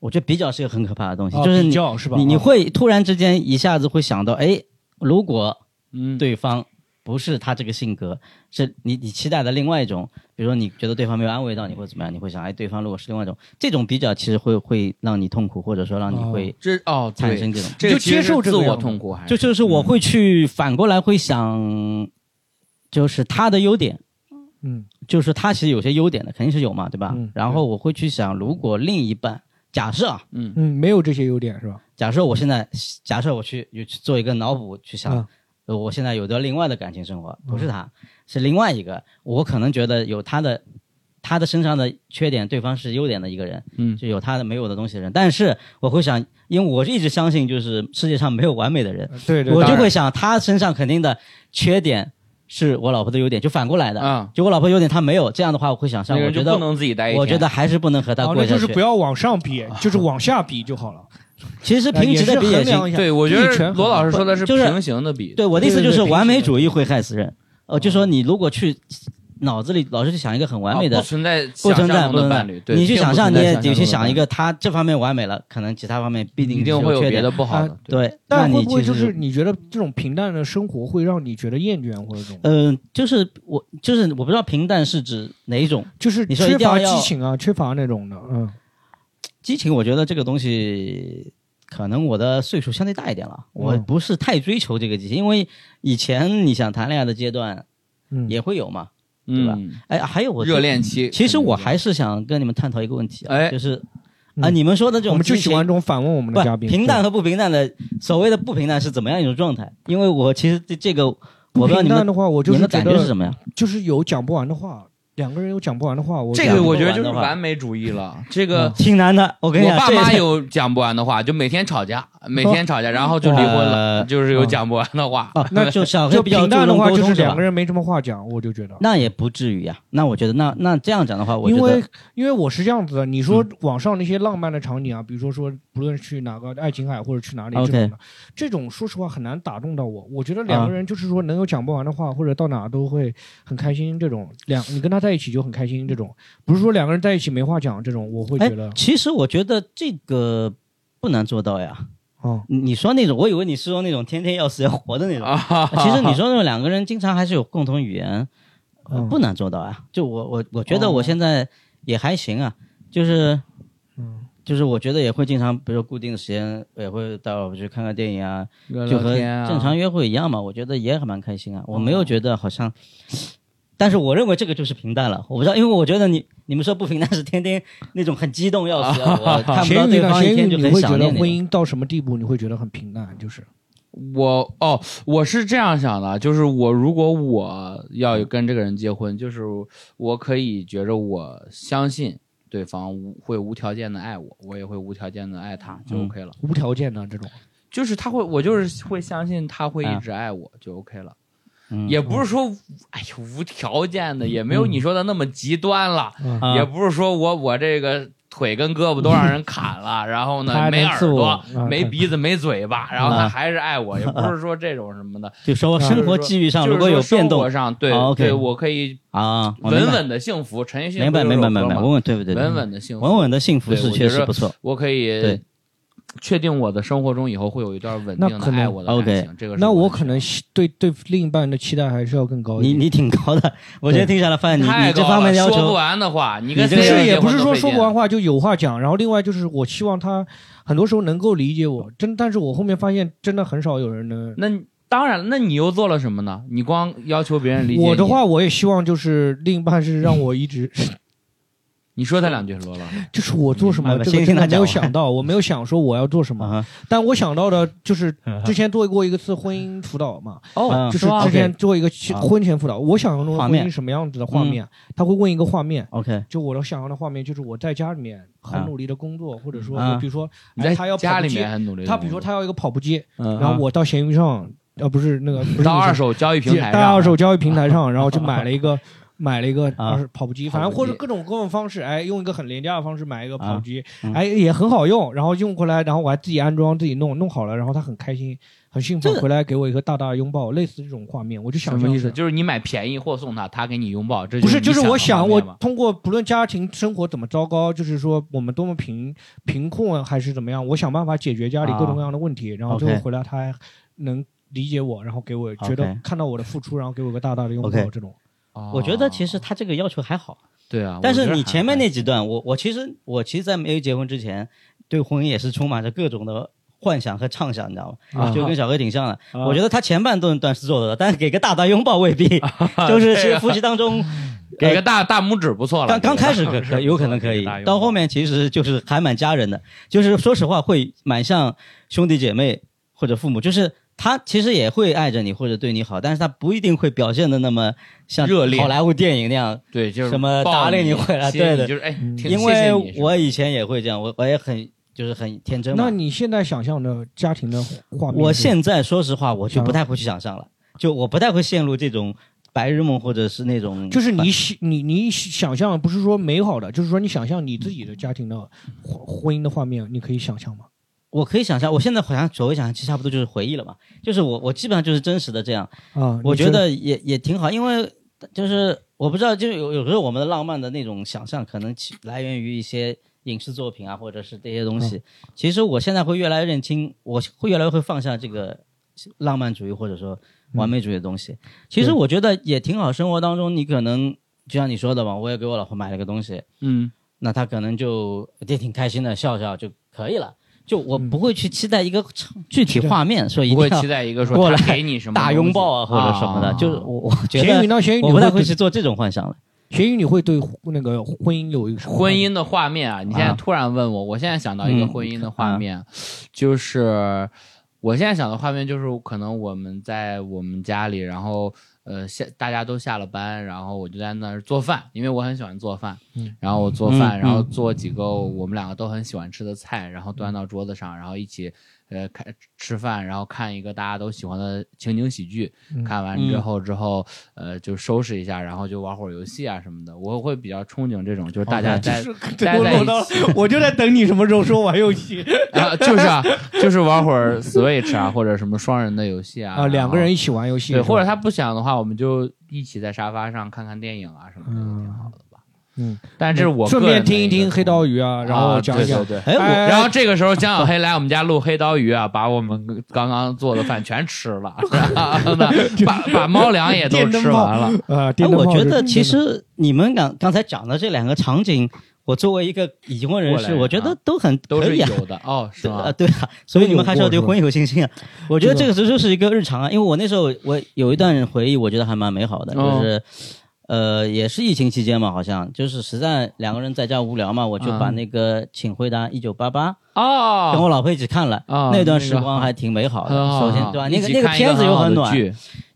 C: 我觉得比较是一个很可怕的东西，
A: 啊
C: 就是
A: 比
C: 你
A: 较是吧？
C: 你你
A: 啊
C: 会突然之间一下子会想到，哎，如果
B: 嗯，
C: 对方不是他这个性格，是你你期待的另外一种，比如说你觉得对方没有安慰到你或者怎么样，你会想，哎，对方如果是另外一种，这种比较其实会会让你痛苦，或者说让你会
B: 这哦，
C: 产
B: 对，
C: 生这种，嗯
B: 这个
A: 就
B: 其实
A: 接受这
B: 是自
A: 个
B: 我
A: 样子
B: 痛苦，还
C: 就就是我会去反过来会想，就是他的优点。
A: 嗯
C: 就是他其实有些优点的，肯定是有嘛，对吧？
A: 嗯
C: 然后我会去想，如果另一半假设啊，
B: 嗯
A: 嗯没有这些优点是吧？
C: 假设我现在假设我去有去做一个脑补，去想
A: 嗯，
C: 呃我现在有的另外的感情生活，不是他，是另外一个，我可能觉得有他的他的身上的缺点，对方是优点的一个人，
B: 嗯
C: 就有他的没有的东西的人。但是我会想，因为我一直相信，就是世界上没有完美的人，
A: 呃对对，
C: 我
A: 当
C: 就
A: 然
C: 会想他身上肯定的缺点是我老婆的优点，就反过来的。
B: 啊，
C: 就我老婆优点，她没有这样的话，我会想
B: 那
C: 象，
B: 个
C: 我
B: 人
C: 觉
B: 就
C: 得
B: 不能自己待一天，
C: 我觉得还是不能和她
A: 哦
C: 过
A: 那
C: 下
A: 就是
C: 去。
A: 不要往上比，就是往下比就好了。
C: 其实
A: 呃
C: 啊平时的比
A: 也
C: 也
A: 是
C: 行
A: 衡，量一下，
B: 对，我觉
A: 一
B: 得
A: 拳
B: 罗老师说的是
C: 就是
B: 平行的比，
C: 对我的意思
A: 对对
C: 就是
A: 对平
C: 完
A: 时
C: 美
A: 的
C: 主义会害死人。呃，就
B: 哦
C: 说你如果去脑子里老是去想一个很完美
B: 啊
C: 的
B: 不，存在
C: 不
B: 想
C: 存在
B: 象
C: 不
B: 中的
C: 存在
B: 伴侣，，对，
C: 你去
B: 并不
C: 想象
B: 存
C: 你
B: 在
C: 也
B: 想象
C: 你去
B: 中的
C: 想一
B: 伴
C: 个他这方面完美了，可能其他方面必
B: 侣，
C: 定
B: 一定
C: 是
B: 会有别
C: 缺点
B: 的。不好
A: 啊
B: 的，对，
C: 对，那
A: 但会
C: 你
A: 不会
C: 其
A: 就
C: 实
A: 是你觉得这种平淡的生活会让你觉得厌倦或者什么？
C: 呃，就是我就是我不知道平淡是指哪一种
A: 就是
C: 你说一
A: 缺
C: 定
A: 乏
C: 要要
A: 激情啊，缺乏那种的，嗯，
C: 激情，我觉得这个东西。可能我的岁数相对大一点了，我
A: 嗯
C: 不是太追求这个激情，因为以前你想谈恋爱的阶段
A: 嗯
C: 也会有嘛。对吧
B: 嗯，
C: 哎，还有我
B: 热恋期，
C: 其实我还是想跟你们探讨一个问题啊，
B: 哎
C: 就是
A: 嗯
C: 啊，你们说的这种
A: 我们就
C: 激
A: 喜
C: 情
A: 欢这种反问我们的嘉
C: 不
A: 宾，
C: 平淡和不平淡的所谓的不平淡是怎么样一种状态？因为我其实这这个我不
A: 对。不
C: 知道
A: 平
C: 你
A: 淡
C: 们
A: 的话，我就
C: 你
A: 是
C: 们
A: 觉
C: 感觉是
A: 得
C: 什么呀？
A: 就是有讲不完的话，两个人有讲不完的话，我
B: 这
A: 讲
B: 个
A: 不
B: 我
A: 完
B: 觉得就是
C: 讲不完的话
B: 完美主义了， 这个。
C: 嗯挺难的，我跟你
B: 我
C: 讲，
B: 爸
C: 这哦
B: 妈有讲不完的话，就每天吵架，每天吵架，然后就离婚了，
C: 呃
B: 就是有讲不完的话。
C: 啊，那就小黑
A: 就
C: 比较
A: 平淡的话，
C: 注重
A: 就
C: 沟
A: 是
C: 通
A: 两
C: 吧
A: 个人没什么话讲，我就觉得。
C: 那也不至于呀。那我觉得那那这样讲的话，我
A: 因
C: 觉
A: 为
C: 得嗯
A: 因为我是这样子的，你说网上那些浪漫的场景啊，比如说说不论去哪个爱琴海或者去哪里
C: OK
A: 这种的，这种说实话很难打动到我。我觉得两个人就是说能有讲不完的话，或者到哪都会很开心这种，两你跟他在一起就很开心这种，不是说两个人在一起没话讲这种，我会
C: 哎
A: 觉得，
C: 其实我觉得这个不难做到呀。
A: 哦，
C: 你你说那种，我以为你是说那种天天要死要活的那 种。
B: 啊，
C: 其实你说那种两个人经常还是有共同语言，呃
A: 嗯
C: 不难做到啊。就我我我觉得我现在也还行啊，就是
A: 嗯，
C: 就是我觉得也会经常，比如说固定的时间也会带我去看看电影啊，
B: 聊
C: 就
B: 聊
C: 和
B: 天啊
C: 正常约会一样嘛。我觉得也还蛮开心啊，我没有觉得好像，但是我认为这个就是平淡了。我不知道，因为我觉得你你们说不平淡是天天那种很激动要死要活，看不到
A: 咸鱼
C: 对
A: 呢？
C: 方一
A: 咸
C: 天
A: 鱼
C: 就
A: 你
C: 很
A: 会觉
C: 想
A: 得
C: 念那
A: 婚
C: 种。
A: 姻到什么地步你会觉得很平淡？就是
B: 我哦，我是这样想的，就是我如果我要跟这个人结婚，就是我可以觉着我相信对方无会无条件的爱我，我也会无条件的爱他，就
C: 嗯
B: OK 了。
A: 无条件的这种，
B: 就是他会，我就是会相信他会一直爱我，就 OK 了。
C: 嗯
B: 也不是说，哎呦，无条件的，也没有你说的那么极端了，
A: 嗯
C: 啊
B: 也不是说我我这个腿跟胳膊都让人砍 了，然后
A: 他
B: 呢
A: 还
B: 没
A: 能
B: 耳
A: 自我
B: 朵、
A: 啊
B: 没
A: 他
B: 鼻子、没嘴巴，然后他
C: 啊
B: 还是爱 我，也不是说这种什么的。
C: 就说生活机遇上
B: 就是
C: 如果有
B: 说生
C: 变动
B: 活上对、
C: 啊，OK
B: 对我可以
C: 啊，我明白
B: 稳稳的幸福。陈奕迅
C: 明白
B: 不是
C: 明
B: 有
C: 白
B: 首
C: 明
B: 歌
C: 白，
B: 吗
C: 稳稳对不对？嗯
B: 稳稳的幸福，
C: 稳稳的幸福
B: 对
C: 是
B: 我
C: 确
B: 觉
C: 实
B: 得
C: 不错。
B: 我可以
C: 对
B: 确定我的生活中以后会有一段稳
A: 那
B: 定
A: 可
B: 的
A: 能
B: 爱我的
C: OK
B: 感情。这个是
A: 那
B: 我
A: 我
B: 的
A: 可能希对对另一半的期待还是要更高一
C: 你
A: 点。
C: 你挺高的，我觉得听下来发现你
B: 太
C: 你这
B: 高
C: 方面
B: 了
C: 要
B: 说不
C: 求，
B: 完的话，你跟
C: 你这
A: 不
C: 个
B: 谁
A: 是
B: 结
A: 也不
B: 婚
A: 是
B: 都
A: 说
B: 费
A: 说不
B: 劲
A: 完话就有话讲，然后另外就是我希望他很多时候能够理解我，真但是我后面发现真的很少有人能。
B: 那你当然了，那你又做了什么呢？你光要求别人理解
A: 我的
B: 你，
A: 话，我也希望就是另一半是让我一 直，
B: 你说他两句，罗老师。
A: 就是我做什
C: 明
A: 么，
C: 白
A: 这
C: 先
A: 个
C: 听
A: 真
C: 他
A: 的没
C: 讲
A: 有
C: 完
A: 想 到，我没有想说我要做什么，
C: 啊
A: 但我想到的就是
C: 哈
A: 之前做过一个次婚姻辅导嘛，
B: 嗯
C: 哦
A: 就是哎
C: 是吧
A: 之前
C: OK
A: 做一个去
C: 啊
A: 婚前辅导，我想象中的
C: 画
A: 婚
C: 面嗯
A: 姻什么样子的画面，啊他会问一个画面，
C: OK
A: 就我的想象的画面就是我在家里面很
C: 啊
A: 努力的工作，或者说
C: 啊
A: 我比如说
B: 嗯你
A: 哎
B: 在
A: 他要
B: 家
A: 跑
B: 里
A: 步机
B: 面很努力，
A: 他比如说，他要一个跑步机，
B: 嗯
A: 然后我到闲鱼上，呃，不是那个不是
B: 到二
A: 手
B: 手交易平台上，
A: 到二手交易平台上，然后就买了一 个。买了一个
C: 啊
A: 二手跑步机，
B: 跑
A: 反
B: 步
A: 正或者
B: 机啊
A: 各种各种方式，哎，用一个很廉价的方式买一个跑步机，
C: 嗯
A: 哎，也很好用。然后用回来，然后我还自己安装，自己弄，弄好了，然后他很开心，很兴奋
C: 这，个
A: 回来给我一个大大的拥抱，类似这种画面，我就
B: 什
A: 想
B: 么
A: 象
B: 意思？
A: 是
B: 就是你买便宜货送他，他给你拥抱，这
A: 不是，
B: 你
A: 就是我想，
B: 想
A: 我
B: 的画面吗
A: 通过不论家庭生活怎么糟糕，就是说我们多么贫贫困还是怎么样，我想办法解决家里各种各样的问题，然后最后
C: 啊 OK
A: 回来他还能理解我，然后给我
C: OK
A: 觉得看到我的付出，然后给我个大大的拥抱
C: OK
A: 这种。
B: 哦
C: 我觉得其实他这个要求还好，
B: 对啊，
C: 但
B: 我觉
C: 是
B: 得
C: 你
B: 还
C: 前面
B: 还
C: 那几段，我我其实我其实，在没有结婚之前，对婚姻也是充满着各种的幻想和畅想，你知道
B: 啊
C: 吗？就跟小黑挺像的。我觉得他前半段段是做的，但是给个大大拥抱未必，
B: 啊
C: 就是其实夫妻当中，
B: 给个大大拇指不错了，
C: 呃刚刚开始
B: 这
C: 可
B: 个
C: 可有可能可以，
B: 这个
C: 到后。
B: 大拥抱
C: 面其实就是还蛮家人的，就是说实话会蛮像兄弟姐妹或者父母，就是他其实也会爱着你或者对你好，但是他不一定会表现的那么像
B: 热烈
C: 好莱坞电影那样。
B: 对，就是
C: 什么
B: 抱
C: 打理
B: 你
C: 你回来
B: 亲
C: 对
B: 你
C: 的
B: 就是哎，
A: 嗯
B: 挺
C: 因
B: 谢谢
C: 为
B: 你是吧
C: 我以前也会这样，我我也很就是很天真嘛
A: 那。你现在想象的家庭的画面是，
C: 我现在说实话，我就不太会去想象了，就我不太会陷入这种白日梦或者是那种
A: 就是你想你你想象不是说美好的，就是说你想象你自己的家庭的婚婚姻的画面，你可以想象吗？
C: 我可以想象，我现在好像所谓想象，其实差不多就是回忆了嘛。就是我，我基本上就是真实的这样，
A: 啊，
C: 我
A: 你
C: 觉得也也挺好，因为就是我不知道，就有有时候我们的浪漫的那种想象，可能起来源于一些影视作品啊，或者是这些东西。其实我现在会越来越认清，我会越来越会放下这个浪漫主义或者说完美主义的东西。其实
A: 对
C: 我觉得也挺好，生活当中你可能就像你说的嘛，我也给我老婆买了个东西，
B: 嗯，
C: 那他可能就也挺开心的，笑笑就可以了。就我不会去期待一个具体画面，所以一
B: 不会
C: 定
B: 期
C: 要
B: 待一个说
C: 过
B: 他
C: 来
B: 给你什么
C: 大
B: 东
C: 拥
B: 西
C: 抱啊或者什么的。就是我我觉
A: 咸鱼
C: 得
A: 呢？咸鱼
C: 我
A: 你
C: 不太
A: 会
C: 会
A: 对
C: 去做这种幻想了。
A: 咸鱼你会对那个婚姻有一个什么
B: 婚姻的画面啊！你现在
C: 啊
B: 突然问我，我现在想到一个
C: 嗯
B: 婚姻的
A: 啊
B: 画面，就是我现在想的画面就是可能我们在我们家里，然后呃下大家都下了班，然后我就在那儿做饭，因为我很喜欢做饭，
A: 嗯
B: 然后我做饭，
C: 嗯
B: 然后做几个我们两个都很喜欢吃的菜，然后端到桌子上，然后一起呃看吃饭，然后看一个大家都喜欢的情景喜剧，
A: 嗯
B: 看完之后之后呃就收拾一下，然后就玩会儿游戏啊什么的，我会比较憧憬这种，
A: 哦
B: 就是大家
C: OK
B: 在。
A: 对
B: 待
A: 我
B: 在
A: 搂
B: 一
A: 到了，我就在等你什么时候说玩游戏
B: 啊，就是啊，就是玩会儿 Switch 啊，或者什么双人的游戏啊，
A: 啊，两个人
B: 然
A: 一起玩游
B: 后
A: 戏，
B: 对，
A: 是吧
B: 或者他不想的话，我们就一起在沙发上看看电影啊什么的，也挺好的吧。
A: 嗯，
B: 但是我个
A: 顺
B: 人的
A: 便听一听黑刀
B: 鱼，
A: 鱼啊，然后讲一
B: 啊
A: 讲。
B: 对对对
C: 哎，我
A: 哎
B: 然后这个时候，江小黑来我们家录黑刀鱼啊，把我们刚刚做的饭全吃了， 然后呢，把把猫粮也都吃完了。
A: 呃，
C: 哎，
A: 电灯
C: 我
A: 泡
C: 觉
A: 是
C: 得其
A: 真的
C: 实你们刚刚才讲的这两个场景，我作为一个已婚人
B: 过来
C: 士，
B: 人啊
C: 我觉得都很
B: 都
C: 可
B: 是
C: 以啊。
B: 有的哦，是
C: 对啊，
A: 呃
B: 吗？
C: 对啊，所以你们还是要对
A: 有过
C: 婚有信心啊！我觉得
A: 这
C: 这
A: 个
C: 个这就是一个日常啊，因为我那时候我有一段回忆，我觉得还蛮美好的，
B: 哦
C: 就是，呃，也是疫情期间嘛，好像就是实在两个人在家无聊嘛，我就把
B: 嗯
C: 那个《请回答一九八八》跟
B: 哦，
C: 我老婆一起看了，
B: 啊
C: 那段
B: 个
C: 时光还挺美好的。
B: 很好，
C: 首先，对吧？
B: 一
C: 那个
B: 起
C: 那个
B: 看一
C: 片子又很
B: 好的
C: 暖，
B: 剧嗯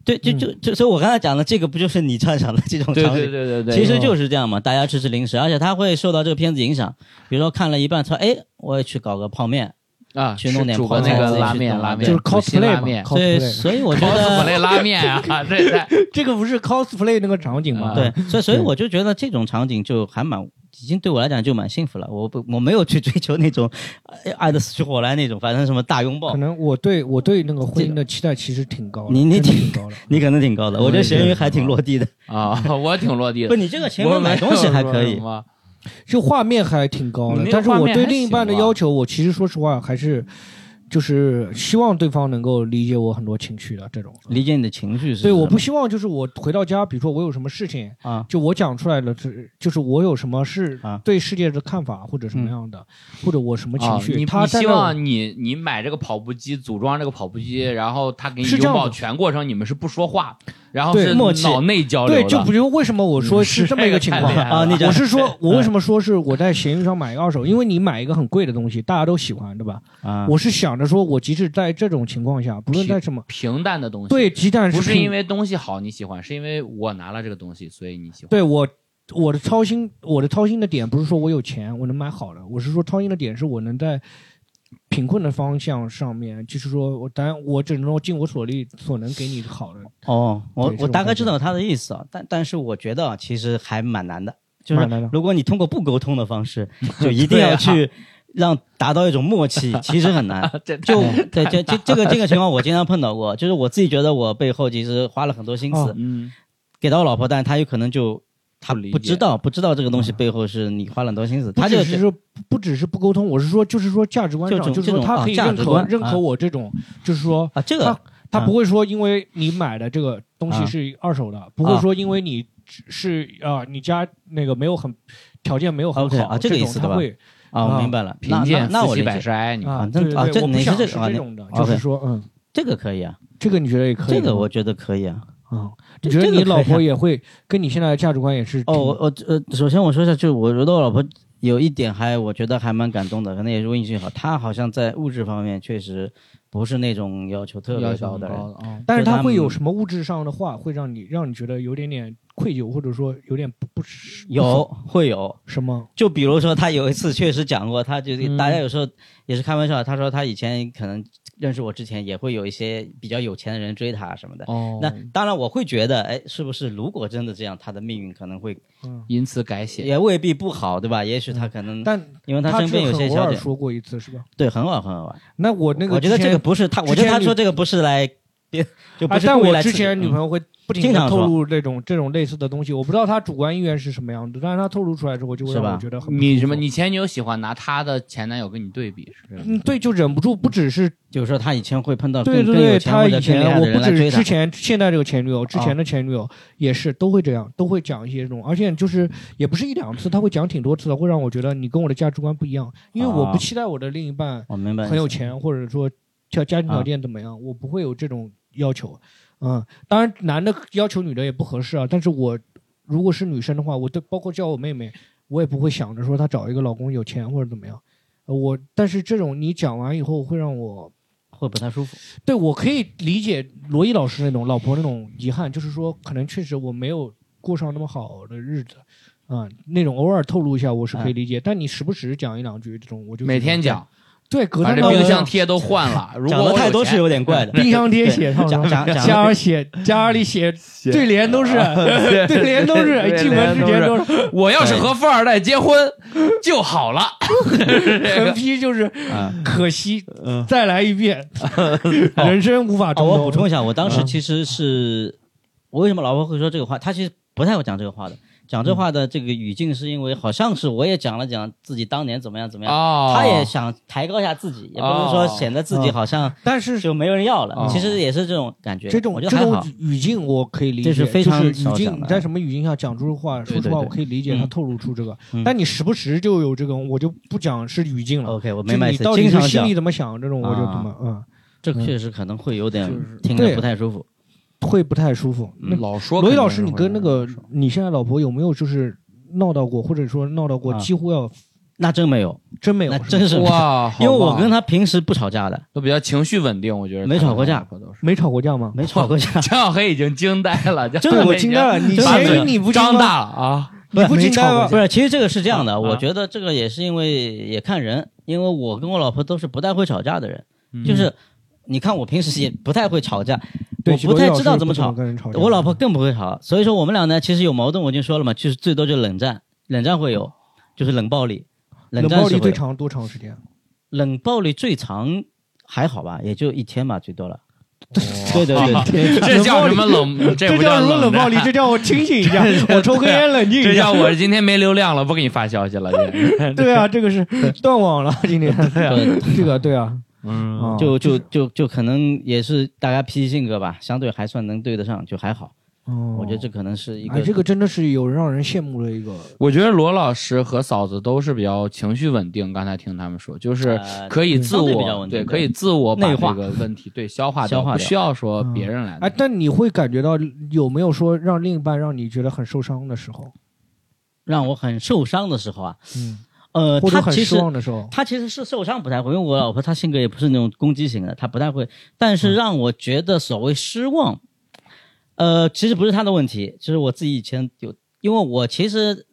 C: 对，就就就，所以我刚才讲的这个不就是你畅想的这种
B: 对
C: 场
B: 对
C: 景？
B: 对对对，
C: 其实就是这样嘛，大家吃吃零食，而且他会受到这个片子影响。比如说看了一半，说哎，我也去搞个泡面，
B: 啊，
C: 去弄点
B: 煮个
C: 泡菜
B: 那
C: 自
B: 个
C: 己
B: 拉
C: 去
B: 面，
C: 弄
B: 拉面
A: 就是
B: 煮些
A: cosplay
B: 拉
A: 嘛
B: 面
A: cosplay
C: 对，所以我觉得，
B: ，cosplay 拉面啊，这这
A: 这个不是 cosplay 那个场景吗？
B: 啊
C: 对，所以所以我就觉得这种场景就还蛮，已经对我来讲就蛮幸福了。我不，我没有去追求那种呃爱的死去活来那种，反正什么大拥抱
A: 可，能我对我对那个婚姻的期待其实挺高的，
C: 你你
A: 真的挺高的。
C: 你可能挺高的。我觉得咸鱼还挺落地的。
B: 啊，我挺落地
C: 不，
B: 的。
C: 你这个前
B: 我
C: 面买东西还可以，
B: 吗？
A: 就画面还挺高
B: 你
A: 的
B: 那个，
A: 但是
B: 画
A: 我
B: 面
A: 对
B: 还
A: 另一半的
B: 行啊
A: 要求，我其实说实话还是就是希望对方能够理解我很多情绪的这种。
C: 理解你的情绪是
A: 对，
C: 什么
A: 我不希望就是我回到家，比如说我有什么事情，
C: 啊，
A: 就我讲出来了，就是就是我有什么是
C: 啊
A: 对世界的看法或者什么样的，或者我什么情
B: 嗯啊，
A: 绪，
B: 你
A: 他
B: 你
A: 站
B: 希
A: 在我
B: 望你你买这个跑步机，组装这个跑步机，然后他给你
A: 是这样
B: 拥抱
A: 的
B: 全过程，你们是不说话，然后
A: 对
B: 是
C: 默契
B: 脑内交流
A: 对，
B: 的
A: 就比如为什么我说
B: 嗯
A: 是这么一个情
B: 这
A: 况
B: 太厉。 害了
C: 啊你讲
A: 我是说，我为什么说是
B: 嗯
A: 我在闲鱼上买一个二手？因为你买一个很贵的东西，大家都喜欢，对吧？
C: 啊，
A: 我是想着说，我即使在这种情况下，不论在什么，
B: 平淡的东西，
A: 对，鸡蛋
B: 不是
A: 平
B: 因为东西好你喜欢，是因为我拿了这个东西，所以你喜欢。
A: 对我我的操心，我的操心的点不是说我有钱我能买好的，我是说操心的点是我能在贫困的方向上面，就是说我当然我只能说尽我所力所能给你好的，
C: 哦，我
A: 对这
C: 我
A: 种
C: 大概
A: 感
C: 知
A: 觉
C: 道他的意思啊，但但是我觉得啊，其实还蛮难的，就是
A: 蛮难啊的
C: 如果你通过不沟通的方式， 就一定要去让达到一种默契，其实 很难。
B: 这
C: 就对这这这个这个情况我经常碰到过，就是我自己觉得我背后其实花了很多心思、
A: 哦
B: 嗯，
C: 给到我老婆，但是她有可能就她
B: 不理
C: 不
B: 解
C: 知道不知道这个东西背后是你花了很多心思，
A: 嗯不
C: 她就
A: 只是说不只是不沟通，我是说就是说价值观
C: 这种
A: 上，就是
C: 这
A: 说
C: 种
A: 他可以
C: 啊价
A: 认
C: 值
A: 可、
C: 观
A: 认
C: 啊
A: 可我这种，就是说
C: 啊这个
A: 他他
C: 啊
A: 不会说因为你买的这个东西
C: 啊
A: 是二手的，不会
C: 啊
A: 说因为你只是啊、你家那个没有很条件没有很
C: OK，
A: 好
C: 啊这个意
A: 种
C: 思
A: 他
C: 对吧
A: 会
C: 啊，我
A: 啊
C: 明白了，
B: 贫贱
C: 那那那
B: 夫
C: 我
B: 妻
C: 理
B: 百
C: 解，
B: 事哀，你
A: 啊，
C: 反正
A: 对对
C: 啊
A: 对
C: 这
A: 我
C: 你
A: 不
C: 是
A: 想
C: 这
A: 是
C: 啊
A: 这
C: 你
A: 种的，
C: OK
A: 就是说，嗯，
C: 这个可以啊，
A: 这个你觉得也可以
C: 这
A: 吗？
C: 个我觉得可以啊。
A: 啊，
C: 这
A: 你觉得
C: 这个
A: 你
C: 可
A: 老
C: 以啊
A: 婆也会跟你现在的价值观也是挺
C: 哦，我我呃，首先我说一下，就是我觉得我老婆有一点还我觉得还蛮感动的，可能也是运气好，她好像在物质方面确实不是那种要求
B: 要
C: 特别
B: 求
C: 高
B: 很
C: 的人。
B: 高的啊。
A: 但是
C: 就
A: 他
C: 他
A: 会有
C: 们
A: 什么物质上的话，会让你让你觉得有点点愧疚，或者说有点不不是
C: 有会有，
A: 什么？
C: 就比如说他有一次确实讲过，他就
B: 嗯
C: 大家有时候也是开玩笑，他说他以前可能认识我之前也会有一些比较有钱的人追他什么的。
B: 哦，
C: 那当然我会觉得，哎，是不是如果真的这样，他的命运可能会
A: 嗯，
B: 因此改写。
C: 也未必不好，对吧？也许他可能
A: 但
C: 因为他
A: 他
C: 嗯身
A: 是
C: 边有些
A: 很偶
C: 小
A: 尔
C: 姐，
A: 说过一次是吧？
C: 对，很好很好玩。
A: 那我那个
C: 我觉得
A: 之
C: 这
A: 前
C: 个不是他，我觉
A: 之
C: 得
A: 前
C: 他
A: 女
C: 说这个不是来，别就不
A: 啊，
C: 是
A: 但
C: 故意
A: 我
C: 来
A: 之
C: 刺激
A: 前女朋
C: 嗯
A: 友会不停
C: 经
A: 的
C: 常
A: 透
C: 说
A: 露这种这种类似的东西，我不知道她主观意愿是什么样的，但是她透露出来之后，就会
C: 是
A: 让
C: 吧
A: 我觉得很不
B: 你
A: 舒
B: 什么？
A: 服
B: 你前女友喜欢拿她的前男友跟你对比，是这个
A: 嗯，对，就忍不住，不只是
C: 就是说他以前会碰到更
A: 对对
C: 更啊有
A: 对，
C: 钱
A: 他以
C: 或者更厉
A: 前
C: 害
A: 我不
C: 的人来
A: 只
C: 追
A: 是
C: 他
A: 之。前现在这个前女友，之
C: 啊
A: 前的前女友也是都会这样，都会讲一些这种，而且就是也不是一两次，他会讲挺多次的，会让我觉得你跟我的价值观不一样，因为我
C: 啊
A: 不期待我的另一半
C: 我明白，
A: 很有。钱，或者说家家
C: 啊
A: 庭条件怎么样，我不会有这种要求。嗯，当然男的要求女的也不合适啊，但是我如果是女生的话，我对包括叫我妹妹，我也不会想着说她找一个老公有钱或者怎么样。呃我但是这种你讲完以后会让我
C: 会不太舒服。
A: 对，我可以理解罗伊老师那种老婆那种遗憾，就是说，可能确实我没有过上那么好的日子，啊、那种偶尔透露一下我是可以理解，但你时不时讲一两句这种，我就
B: 每嗯天
A: 觉得，
B: 讲，
A: 对，隔
B: 把
A: 三
B: 这
A: 差五
B: 冰
A: 讲
B: 箱贴都换了。如
C: 讲
B: 果
C: 的
B: 我
C: 太
B: 有
C: 多
B: 钱
C: 是有点 怪的。
A: 冰箱贴写上
C: 讲
A: 了，
C: 讲讲
A: 家写家里写对联都是， 对联都是，一进门之前都是，
B: 我要是和富二代结婚就好了。
A: 横批就是
C: 啊
A: 可惜，再来一 遍，人生无法
C: 啊，
A: 终
C: 我
A: 老。
C: 补充一下，我当时
A: 嗯
C: 其实是，我为什么老婆会说这个话？她其实不太会讲这个话的。
A: 嗯
C: 讲这话的这个语境是因为好像是我也讲了讲自己当年怎么样怎么样，
B: 哦，
C: 他也想抬高一下自己，也不是说
A: 哦
C: 显得
A: 嗯
C: 自己好像
A: 但是
C: 就没有人要了，
B: 哦
C: 其实也是这种感觉。
A: 这种
C: 我觉
A: 这
C: 得还
A: 种
C: 好，
A: 语境我可以理解，
C: 这是非常
A: 就是语
C: 少讲
A: 境
C: 的
A: 你在什么语境下讲出话，
B: 对
A: 说实话
B: 对
A: 我
B: 对
A: 可以理解
C: 嗯
A: 他透露出这个
C: 嗯，
A: 但你时不时就有这种，我就不讲是语境了。
C: OK，我
A: 就
C: 明白意
A: 你
C: 思
A: 到。底
C: 经
A: 是
C: 常
A: 心
C: 讲啊
A: 里，怎么想，这种我就怎么嗯
C: 这
A: 嗯
C: 确实可能会有点
B: 就是
C: 听着
A: 对
C: 不太舒服。
A: 会不太舒服。那
B: 嗯老说
A: 罗
B: 肯
A: 毅
B: 定
A: 老
B: 是
A: 师，你
B: 会
A: 跟那个
B: 难受
A: 你现在老婆有没有就是闹到过，或者说闹到过
C: 啊
A: 几乎要
C: 那真没有，
A: 真没有
C: 那
A: 是吧
C: 真是没有，
B: 哇，好
C: 因为我
B: 棒
C: 跟他平时不吵架的，
B: 都比较情绪稳定，我觉得
C: 没
B: 他
C: 吵
B: 和
C: 过
B: 他
C: 架
B: 老婆都 是。
A: 没吵过架 吗？
C: 没吵过架。
B: 江小黑已经惊呆了，江
A: 真
B: 小
A: 的，
B: 黑
A: 我
B: 已
A: 惊
B: 经
A: 呆了，你
C: 真
B: 把
C: 的
A: 咸
B: 嘴
A: 鱼你不惊
B: 张
A: 呆，
B: 大了啊！
A: 你不
C: 没
A: 惊呆
C: 吵过
A: 吗
C: 不？是，其实这个是这样的，我
B: 啊
C: 觉得这个也是因为也看人，因为我跟我老婆都是不太会吵架的人，
A: 嗯
C: 就是你看我平时也不太会吵架，
A: 对
C: 我不太知道怎么
A: 罗毅老师不
C: 吵，
A: 跟人吵架。
C: 我老婆更不会吵，所以说我们俩呢，其实有矛盾，我已经说了嘛，就是最多就冷战，冷战会有，就是冷暴力，
A: 冷
C: 战
A: 暴
C: 是
A: 力
C: 会
A: 最
C: 有
A: 长多长时间？
C: 冷暴力最长还好吧，也就一天吧，最多了。对啊对对对，
B: 这叫什么冷？这不
A: 叫什么
B: 冷
A: 冷暴力？
B: 战
A: 这叫我清醒一 下，我抽
C: 啊
A: 根烟冷静
B: 这
A: 一 下。
B: 叫我今天没流量了，不给你发消息了。这
A: 对啊，这个是断网了，今天
C: 对
A: 这个对啊，
B: 嗯，
A: 啊
C: 就就就就可能也是大家脾气性格吧，相对还算能对得上，就还好。
A: 哦
C: 我觉得这可能是一
A: 哎，
C: 个
A: 这个真的是有让人羡慕的一个，
B: 我觉得罗老师和嫂子都是比较情绪稳定。刚才听他们说，就是
C: 呃
B: 可以自
C: 相对比较
B: 我
C: 稳定
B: 对，
C: 对
B: 可以自我把
C: 内
B: 这
C: 化
B: 个问题对消化掉，
C: 消化
B: 不
C: 掉
B: 需要说别人来。
A: 哎，但你会感觉到有没有说让另一半让你觉得很受伤的时候，
C: 让我很受伤的时候啊，
A: 嗯，
C: 呃，
A: 或者
C: 他
A: 很
C: 其
A: 失
C: 实
A: 望的时候，
C: 他其实是受伤不太会，因为我老婆她性格也不是那种攻击型的，她不太会。但
A: 嗯
C: 是让我觉得所谓失望，呃，其实不是她的问题，就是我自己以前有，因为我其实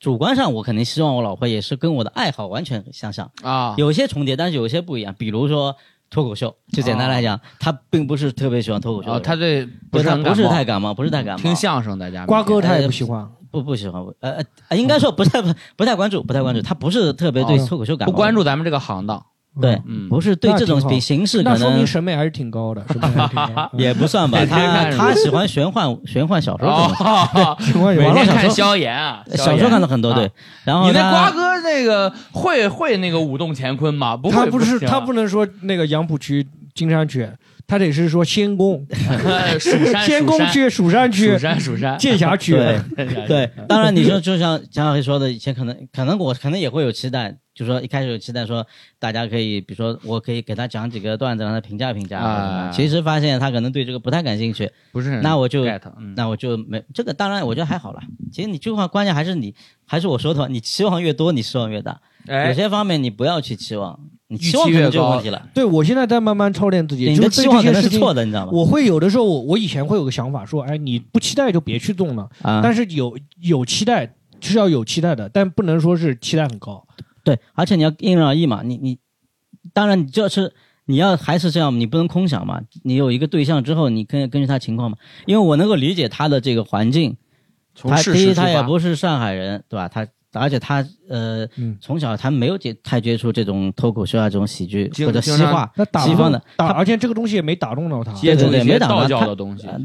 C: 主观上我肯定希望我老婆也是跟我的爱好完全相像，
B: 啊，
C: 有些重叠，但是有些不一样。比如说脱口秀，就简单来讲，她并不是特别喜欢脱口秀的
B: 哦，
C: 人，
B: 他对
C: 对
B: 是
C: 她
B: 很
C: 不是
B: 感冒嗯
C: 太感冒，不是太感冒，呃
B: 听相声，大家
A: 瓜哥
B: 他
A: 他也不喜欢，
C: 不不喜欢我，呃呃呃，应该说不太不不太关注，不太关注，他不是特别对
A: 哦
C: 脱口秀感
B: 不
C: 冒
B: 关，注咱们这个行当，
C: 对
A: 嗯，
B: 嗯，
C: 不是对
A: 那
C: 这种
A: 挺好
C: 比形式
A: 那
C: 可
A: 说
C: 能
A: 明审美还是挺高的，审美还是挺高的。
C: 也不算 吧，
B: 每天
C: 他
B: 看是吧
C: 他喜欢玄幻玄幻小说什么
B: 哦，
A: 情况
B: 每
A: 有
C: 网络
B: 天
C: 小
B: 看
C: 说
B: 萧炎啊，
C: 的，
B: 萧
C: 小
B: 炎
C: 说看了很多
B: 啊
C: 对，然后
B: 你那
C: 他
B: 瓜哥那个会会那个舞动乾坤吗？不
A: 他
B: 会，啊
A: 不是
C: 啊
A: 他 不能说那个杨浦区、金山区，他得是说仙宫、
B: 是呃蜀山
A: 仙宫区、蜀山区
B: 蜀、山蜀山 哎
A: 剑峡区。
C: 对
B: 蜀山，
C: 对，
A: 嗯
C: 当然你说就像蒋小黑说的，以前可能可能我可能也会有期待，就说一开始有期待说大家可以，比如说我可以给他讲几个段子，让他评价评价或者什么
B: 啊
C: 其实发现他可能对这个不太感兴趣，
B: 不是，
C: 那我就
B: get，嗯
C: 那我就没这个，当然我觉得还好啦。其实你这句话关键还是你，还是我说的话，你期望越多，你失望越大。有
B: 哎，
C: 些方面你不要去期望，你
B: 预
C: 期望
B: 期
C: 可
B: 越
C: 能就有
B: 高
C: 问题了。
A: 对，我现在在慢慢操练自己，
C: 你
A: 就
C: 的
A: 是
C: 期
A: 对
C: 望可
A: 这些事
C: 能是
A: 情，
C: 错的，你知道吗？
A: 我会有的时候，我我以前会有个想法，说，哎，你不期待就别去动了。
C: 啊，
A: 但是有有期待是要有期待的，但不能说是期待很高。
C: 对，而且你要因人而异嘛。你你，当然你就是你要还是这样，你不能空想嘛。你有一个对象之后，你根根据他情况嘛。因为我能够理解他的这个环境，
B: 从
C: 他
B: 事
C: 第一
B: 实出
C: 他也
B: 发，
C: 不是上海人，对吧？他而且他呃，
A: 嗯
C: 从小他没有接太接触这种脱口秀啊这种喜剧
B: 经
C: 或者
B: 经
C: 西
B: 常
C: 化，
A: 那打
C: 西方的
A: 打，
C: 他
A: 而且这个东西也没打动到他。
B: 接触
C: 对对
B: 一
C: 对没
B: 些
C: 打
B: 道
C: 完
B: 教
C: 他呃
B: 的东西，
A: 啊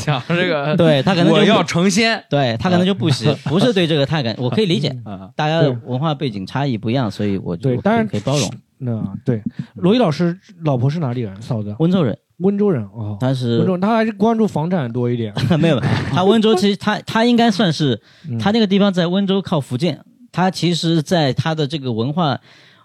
B: 像这个，
C: 对他可能
B: 我
C: 就
B: 要
C: 不
B: 成仙
C: 对他可能就不喜，不是对这个太感，我可以理解。
A: 嗯
B: 啊，
C: 大家的
A: 对
C: 文化背景差异不一样，所以我就
A: 对
C: 我
A: 当然
C: 可以包容。
A: 那对，罗毅老师老婆是哪里人？嫂子，
C: 温州人，
A: 温州人哦。
C: 他是
A: 温州，他还是关注房产多一点。
C: 没有，他温州其实他他应该算是
A: 嗯
C: 他那个地方在温州靠福建，他其实在他的这个文化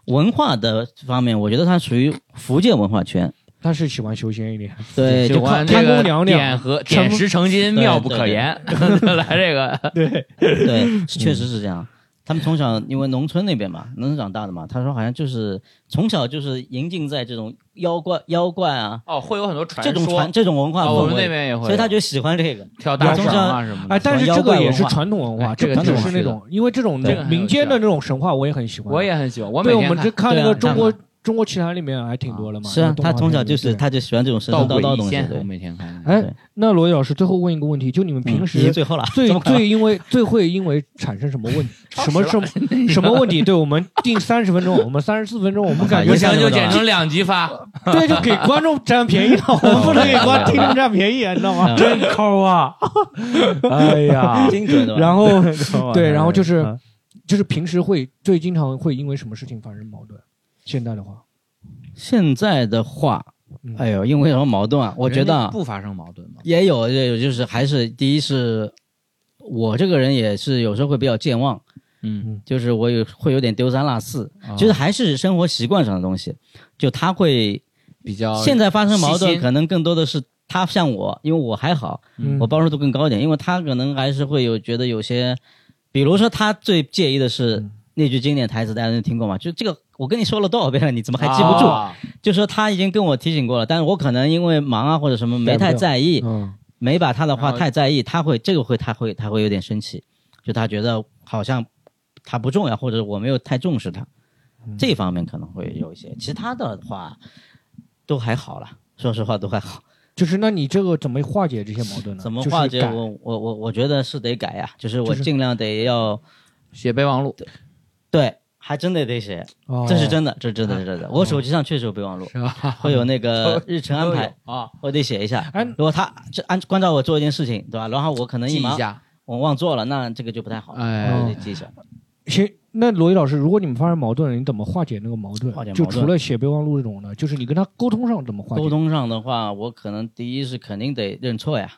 C: 文化的方面，我觉得他属于福建文化圈，
A: 他是喜欢修仙一点。
C: 对， 就
B: 喜
C: 靠
B: 欢
A: 看
B: 这
A: 宫
B: 个
A: 娘娘
B: 点和点
A: 成
B: 石成金，
C: 对
B: 妙不
C: 对
B: 可
C: 对
B: 言， 来这个，
A: 对，
C: 对，确实是这样。他们从小因为农村那边嘛，农村长大的嘛，他说好像就是从小就是营进在这种妖怪妖怪啊
B: 哦，会有很多传
C: 这种传
B: 说，
C: 这种文化
B: 啊，我们
C: 氛
B: 那
C: 围，
B: 边也会有，
C: 所以他就喜欢这个。
B: 跳大
C: 中
B: 绳
C: 间
B: 啊什么的。
A: 哎，但是
C: 妖
A: 这个
C: 怪
A: 也
C: 文
A: 是
C: 化
A: 传统文化，
B: 哎这个
A: 不只
C: 挺
A: 是
B: 有
A: 那
B: 趣的
A: 种，因为这种
B: 这个很有
A: 民
B: 趣
A: 间
B: 啊
A: 的这种神话我也很喜欢。
B: 我也很喜欢，我每
A: 对，我
B: 天
A: 们
B: 看
A: 这看那
C: 对啊
A: 个中国中国奇谭里面还挺多的嘛。
C: 是啊，
A: 动画
C: 他
A: 片
C: 从小
A: 里面
C: 就是
A: 对
C: 他就喜欢这种神神叨叨
B: 鬼
C: 的
B: 一
C: 东西。
B: 线，
C: 对
B: 我，每天看。
A: 哎
C: 对，
A: 那罗宇老师最后问一个问题，就你们平
C: 嗯已经
A: 时
C: 最后了，
A: 最
C: 这么快吗
A: 最因为最会因为产生什么问
B: 超
A: 什么
B: 时
A: 什么什么问题？对我们定三十分钟，我们三十四分钟，我们感觉
B: 一
C: 一下
B: 想
A: 想
B: 就
C: 就
B: 剪
C: 剪
B: 成
C: 成
B: 两集发，
A: 对，就给观众占便宜了，我们不能给观听众占便宜，啊你知道吗？
C: 真
A: 抠啊！ 哎呀，
C: 精准的。
A: 然后
C: 后
A: 对然后就是
C: 嗯
A: 就是平时会最经常会因为什么事情发生矛盾？现在的话，
C: 现在的话
A: 嗯，
C: 哎呦，因为什么矛盾啊？我觉得啊
B: 不发生矛盾嘛。
C: 也有也有，就是还是第一是，我这个人也是有时候会比较健忘，
B: 嗯，
C: 就是我有会有点丢三落四，
B: 啊
C: 就是还是生活习惯上的东西，就他会
B: 比较
C: 现在发生矛
B: 啊细
C: 盾，
B: 心
C: 可能更多的是他像我，因为我还好，
A: 嗯
C: 我包容度更高一点，因为他可能还是会有觉得有些，比如说他最介意的是
A: 嗯
C: 那句经典台词，大家都听过嘛，就这个我跟你说了多少遍了，你怎么还记不住？
B: 啊
C: 就说他已经跟我提醒过了，但是我可能因为忙啊或者什么没太在意，
A: 嗯
C: 没把他的话
B: 然后
C: 太在意，他会这个会他会他会有点生气，就他觉得好像他不重要，或者我没有太重视他，
A: 嗯
C: 这方面可能会有一些。其他的话都还好啦，说实话都还好。
A: 就是那你这个怎么化解这些矛盾呢？
C: 怎么
A: 就是
C: 化解
A: 改
C: 我我我我觉得是得改呀、就是我
A: 就是
C: 尽量得要
B: 写备忘录
C: 对，还真得得写，
A: 哦
C: 这是真的，这真的是真的。我手机上确实有备忘录，
B: 是吧？
C: 会有 那个日程安排，
B: 啊，
C: 我得写一下。
A: 哎
C: 如果他这按关照我做一件事情，对吧？然后我可能啊
B: 记
C: 一
B: 一
C: 忙
B: 下。
C: 我忘做了，那这个就不太好，
B: 哎
C: 我
A: 哦
C: 得记一下。
A: 行。那罗毅老师，如果你们发生矛盾，你怎么化解那个矛盾？
C: 化解矛
A: 就
C: 盾
A: 除了写备忘录这种呢，就是你跟他沟通上怎么化解？
C: 沟通上的话，我可能第一是肯定得认错呀，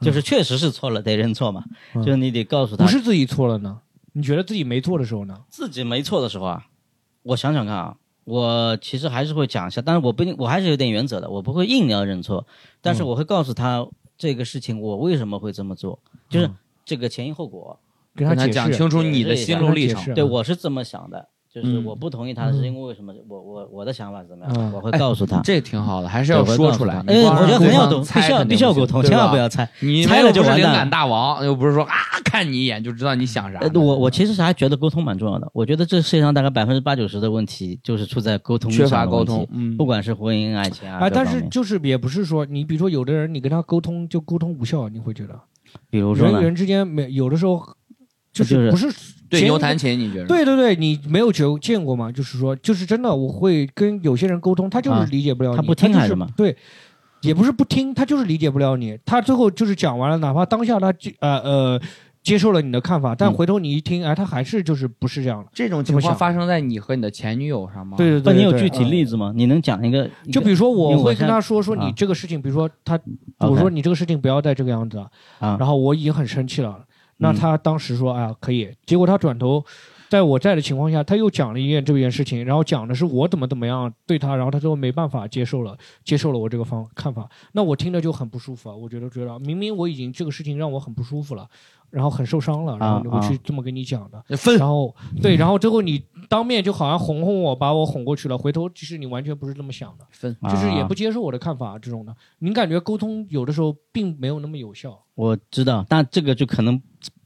C: 就是确实是错了，得认错嘛。
A: 嗯
C: 就是你得告诉他
A: 不，是自己错了呢？你觉得自己没错的时候呢？
C: 自己没错的时候啊，我想想看啊，我其实还是会讲一下，但是我不一定，我还是有点原则的，我不会硬要认错，但是
A: 嗯
C: 我会告诉他这个事情我为什么会这么做，就是
A: 嗯
C: 这个前因后果，
A: 跟
B: 跟
A: 他
B: 他
A: 解释
B: 讲清楚你的心路历
A: 跟他解释
B: 程。
C: 对我是这么想的，就是
B: 嗯
C: 我不同意他的是
A: 嗯
C: 因为为什么，我我我的想法是怎么
A: 嗯
C: 样，我会告诉他。
B: 这挺好的，还是要说出来。
C: 哎，
B: 你光
C: 我觉得
B: 让
C: 很
B: 对
C: 要
B: 方
C: 懂，必
B: 猜
C: 须要
B: 肯定
C: 必须要
B: 不
C: 沟
B: 行
C: 通，
B: 对
C: 千万
B: 吧
C: 不要猜。
B: 你
C: 猜
B: 又
C: 了就
B: 不是
C: 完
B: 灵
C: 蛋
B: 感大王，又不是说啊看你一眼就知道你想啥
C: 呃，。我我其实还觉得沟通蛮重要的。我觉得这世界上大概百分之八九十的问题就是出在沟通
B: 缺乏
C: 上的
B: 沟
C: 问题
B: 通，，嗯
C: 不管是婚姻、爱情啊。
A: 啊，
C: 各
A: 但
C: 方
A: 是
C: 面
A: 就是也不是说你，比如说有的人，你跟他沟通就沟通无效，你会觉得
C: 比如说
A: 人与
C: 呢，
A: 人之间没有的时候就
C: 就是是
A: 不是
B: 对
A: 前
B: 牛弹琴，你觉得？
A: 对对对，你没有觉见过吗？就是说，就是真的，我会跟有些人沟通，他就是
C: 啊
A: 理解不了你，
C: 他不听
A: 就是
C: 还是吗
A: 对，也不是不听，他就是理解不了你。他最后就是讲完了，哪怕当下他接呃呃接受了你的看法，但
B: 嗯
A: 回头你一听，哎，他还是就是不是这样的。
B: 这种情况发生在你和你的前女友上吗？
A: 对对对，
C: 那你有
A: 对
C: 具体
A: 嗯
C: 例子吗？你能讲一个？一
A: 就
C: 个
A: 比如说，我
C: 因为我
A: 会跟
C: 现在
A: 他说说你
C: 啊
A: 这个事情，比如说他，我
C: OK
A: 说你这个事情不要再这个样子了，
C: 啊
A: 然后我已经很生气了。那
C: 嗯
A: 他当时说啊、可以，结果他转头，在我在的情况下，他又讲了一遍这件事情，然后讲的是我怎么怎么样对他，然后他最后没办法接受了，接受了我这个方看法，那我听着就很不舒服啊，我觉得觉得明明我已经这个事情让我很不舒服了，然后很受伤了，然后我
C: 啊
A: 去这么跟你讲的，
B: 分
A: 然后对，然后最后你当面就好像哄哄我，把我哄过去了，回头其实你完全不是这么想的。
B: 分
A: 就是也
C: 啊
A: 不接受我的看法这种的。您感觉沟通有的时候并没有那么有效，
C: 我知道，但这个就可能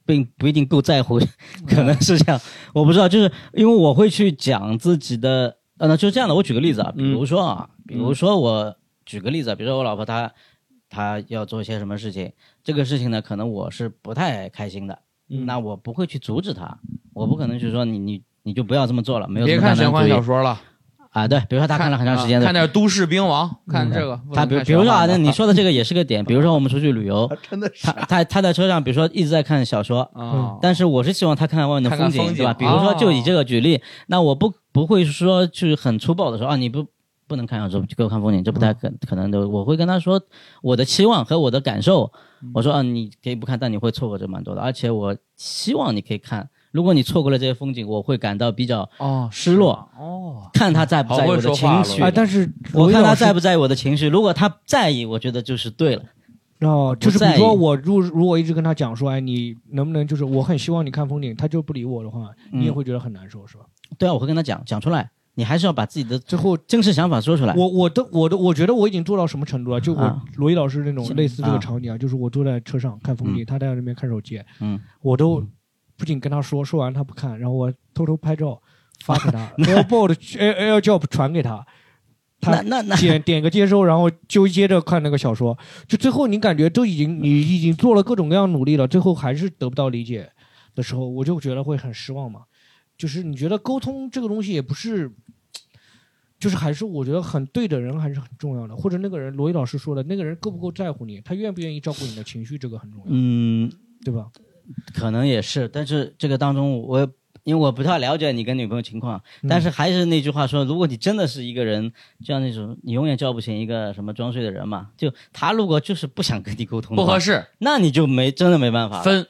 C: 并不一定够在乎， 可能是这样，我不知道，就是因为我会去讲自己的，呃，那就是这样的。我举个例子啊，
B: 嗯
C: 比如说啊，比如说我举个例子啊，比如说我老婆她她要做一些什么事情，这个事情呢，可能我是不太开心的，
B: 嗯
C: 那我不会去阻止她，我不可能去说你你你就不要这么做了，没有这
B: 别
C: 么
B: 看
C: 大
B: 玄
C: 男
B: 幻
C: 主
B: 小
C: 义
B: 说了，
C: 啊，对，比如说她看了很长时间
B: 啊
C: 的
B: 看点《都市兵王》，看这个。
C: 他
B: 不
C: 比
B: 能看
C: 如比如说
B: 玄
C: 啊，
B: 幻
C: 那
B: 的
C: 你说的这个也是个点。比如说我们出去旅游，
D: 真的是
C: 他他他在车上，比如说一直在看小说，
B: 啊，
C: 但是我是希望他看看外面的
B: 看看
C: 风景，
B: 风景哦
C: 对吧？比如说就以这个举例，那我不不会说去很粗暴的说啊，你不不能看小说，就给我看风景，这不太
B: 嗯
C: 可可能的。我会跟他说我的期望和我的感受，
B: 嗯
C: 我说啊，你可以不看，但你会错过这蛮多的，而且我希望你可以看。如果你错过了这些风景，我会感到比较
B: 哦，
C: 失落。
B: 哦，
C: 看他在不在
B: 好
C: 意
B: 会
C: 我的
B: 说话
C: 情
B: 了
C: 绪
B: 对
A: 啊，，但是
C: 我看他在
A: 不
C: 不在意我的情绪。如果他在意，我觉得就是对了。
A: 哦，
C: 不
A: 就是比如
C: 在意
A: 说我如如果一直跟他讲说，哎，你能不能就是我很希望你看风景，他就不理我的话，你也
C: 嗯
A: 会觉得很难受，是吧？
C: 对啊，我会跟他讲讲出来，你还是要把自己的
A: 最后。
C: 真实想法说出来。
A: 我我都我都我觉得我已经做到什么程度了？就我
C: 啊
A: 罗毅老师那种
C: 行
A: 类似这个
C: 啊
A: 场景啊，就是我坐在车上看风景，他在那边看手机，
C: 嗯，
A: 我都不仅跟他说，说完他不看，然后我偷偷拍照发给 他，AirPod Air AirDrop 传给他，
C: 那
A: 他
C: 那 那
A: 点点个接收，然后就接着看那个小说，就最后你感觉都已经你已经做了各种各样努力了，最后还是得不到理解的时候，我就觉得会很失望嘛。就是你觉得沟通这个东西也不是，就是还是我觉得很对的人还是很重要的，或者那个人罗毅老师说的那个人够不够在乎你，他愿不愿意照顾你的情绪，这个很重要，
C: 嗯，
A: 对吧？
C: 可能也是，但是这个当中我也因为我不太了解你跟女朋友情况，
A: 嗯
C: 但是还是那句话说，如果你真的是一个人，就像那种你永远叫不醒一个什么装睡的人嘛，就他如果就是不想跟你沟通，
B: 不合
C: 适，
B: 适，
C: 那你就没真的没办法了，
B: 分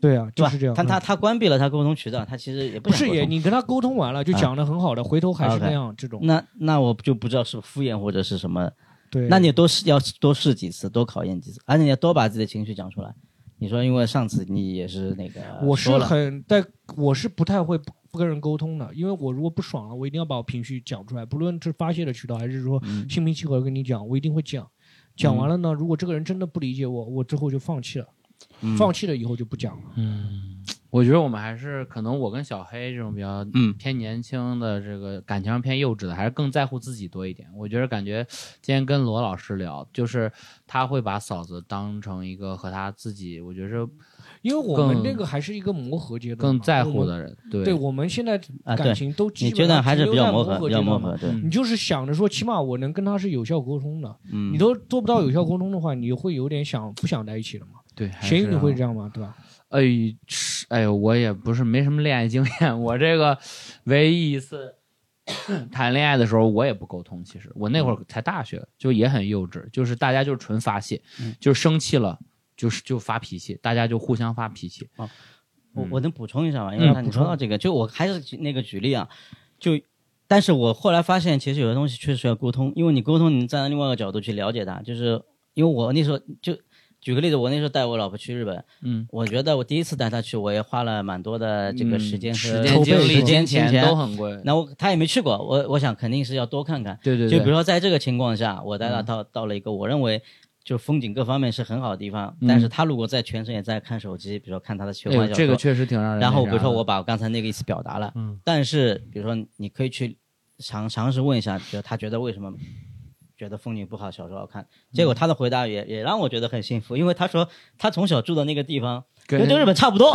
A: 对啊，
C: 对
A: 就
C: 吧
A: 是这样。
C: 但
A: 嗯
C: 他他关闭了他沟通渠道，他其实也不
A: 不
C: 想
A: 是
C: 沟
A: 也
C: 通
A: 你跟他沟通完了，就
C: 啊
A: 讲的很好的，回头还是
C: OK 嗯
A: 那样这种。
C: 那那我就不知道是敷衍或者是什么，
A: 对，
C: 那你多试要多试几次，多考验几次，而且你要多把自己的情绪讲出来。你说，因为上次你也是那个
A: 嗯我
C: 呃说
A: 是
C: 了
A: 很在，我是不太会不不跟人沟通的，因为我如果不爽了，我一定要把我情绪讲出来，不论是发泄的渠道还是说
C: 嗯
A: 心平气和地跟你讲，我一定会讲。讲完了呢，如果这个人真的不理解我，我之后就放弃了，
C: 嗯
A: 放弃了以后就不讲了。
B: 我觉得我们还是可能我跟小黑这种比较
C: 嗯
B: 偏年轻的这个感情上偏幼稚的，还是更在乎自己多一点。我觉得感觉今天跟罗老师聊，就是他会把嫂子当成一个和他自己，我觉得是
A: 因为我们
B: 更
A: 那个还是一个磨合阶段嘛，
B: 更在乎
A: 我们。
B: 的人。对
A: 对，我们现在
C: 啊，对
A: 感，情都基
C: 你
A: 本
C: 觉得
A: 上
C: 还是
A: 停
C: 比
A: 留在
C: 较
A: 磨
C: 磨合，比
A: 阶段
C: 较磨
A: 嘛
C: 合，嗯对，
A: 你就是想着说，起码我能跟他是有效沟通的。
C: 嗯
A: 你都做不到有效沟通的话，你会有点想不想在一起了嘛？
B: 对，
A: 咸鱼你
C: 啊
A: 会这
B: 样？
A: 样吗？对吧？
B: 哎是哎呦，我也不是没什么恋爱经验， 我这个唯一一次谈恋爱的时候，我也不沟通。其实我那会儿才大学，就也很幼稚，就是大家就是纯发泄，
C: 嗯
B: 就是生气了。就是就发脾气，大家就互相发脾气。
C: 我
B: 嗯
C: 哦我能补充一下吗？因
B: 嗯
C: 为他
A: 补
C: 你说到这个，就我还是举那个举例啊，就，但是我后来发现，其实有的东西确实要沟通，因为你沟通，你站在另外一个角度去了解它，就是因为我那时候就举个例子，我那时候带我老婆去日本，
B: 嗯，
C: 我觉得我第一次带她去，我也花了蛮多的这个时间
B: 嗯
C: 和
B: 时
A: 筹
B: 间、
A: 备
B: 精力、
A: 是吧
B: 金
C: 金
B: 钱都很贵。
C: 那我她也没去过，我我想肯定是要多看看。
B: 对对
C: 就比如
B: 对，
C: 说在这个情况下，我带
B: 嗯
C: 她到到了一个我认为就风景各方面是很好的地方，但是她如果在全程也在看手机，比如说看她的奇
B: 哎呦
C: 幻小说，
B: 嗯这个确实挺让人那啥的。
C: 然后比如说我把我刚才那个意思表达了，
B: 嗯
C: 但是比如说你可以去尝尝试问一下，比如他觉得为什么觉得风景不好，小时候好看，结
B: 嗯
C: 果他的回答也也让我觉得很幸福，因为他说他从小住的那个地方跟跟日
B: 哎
C: 本差 不多，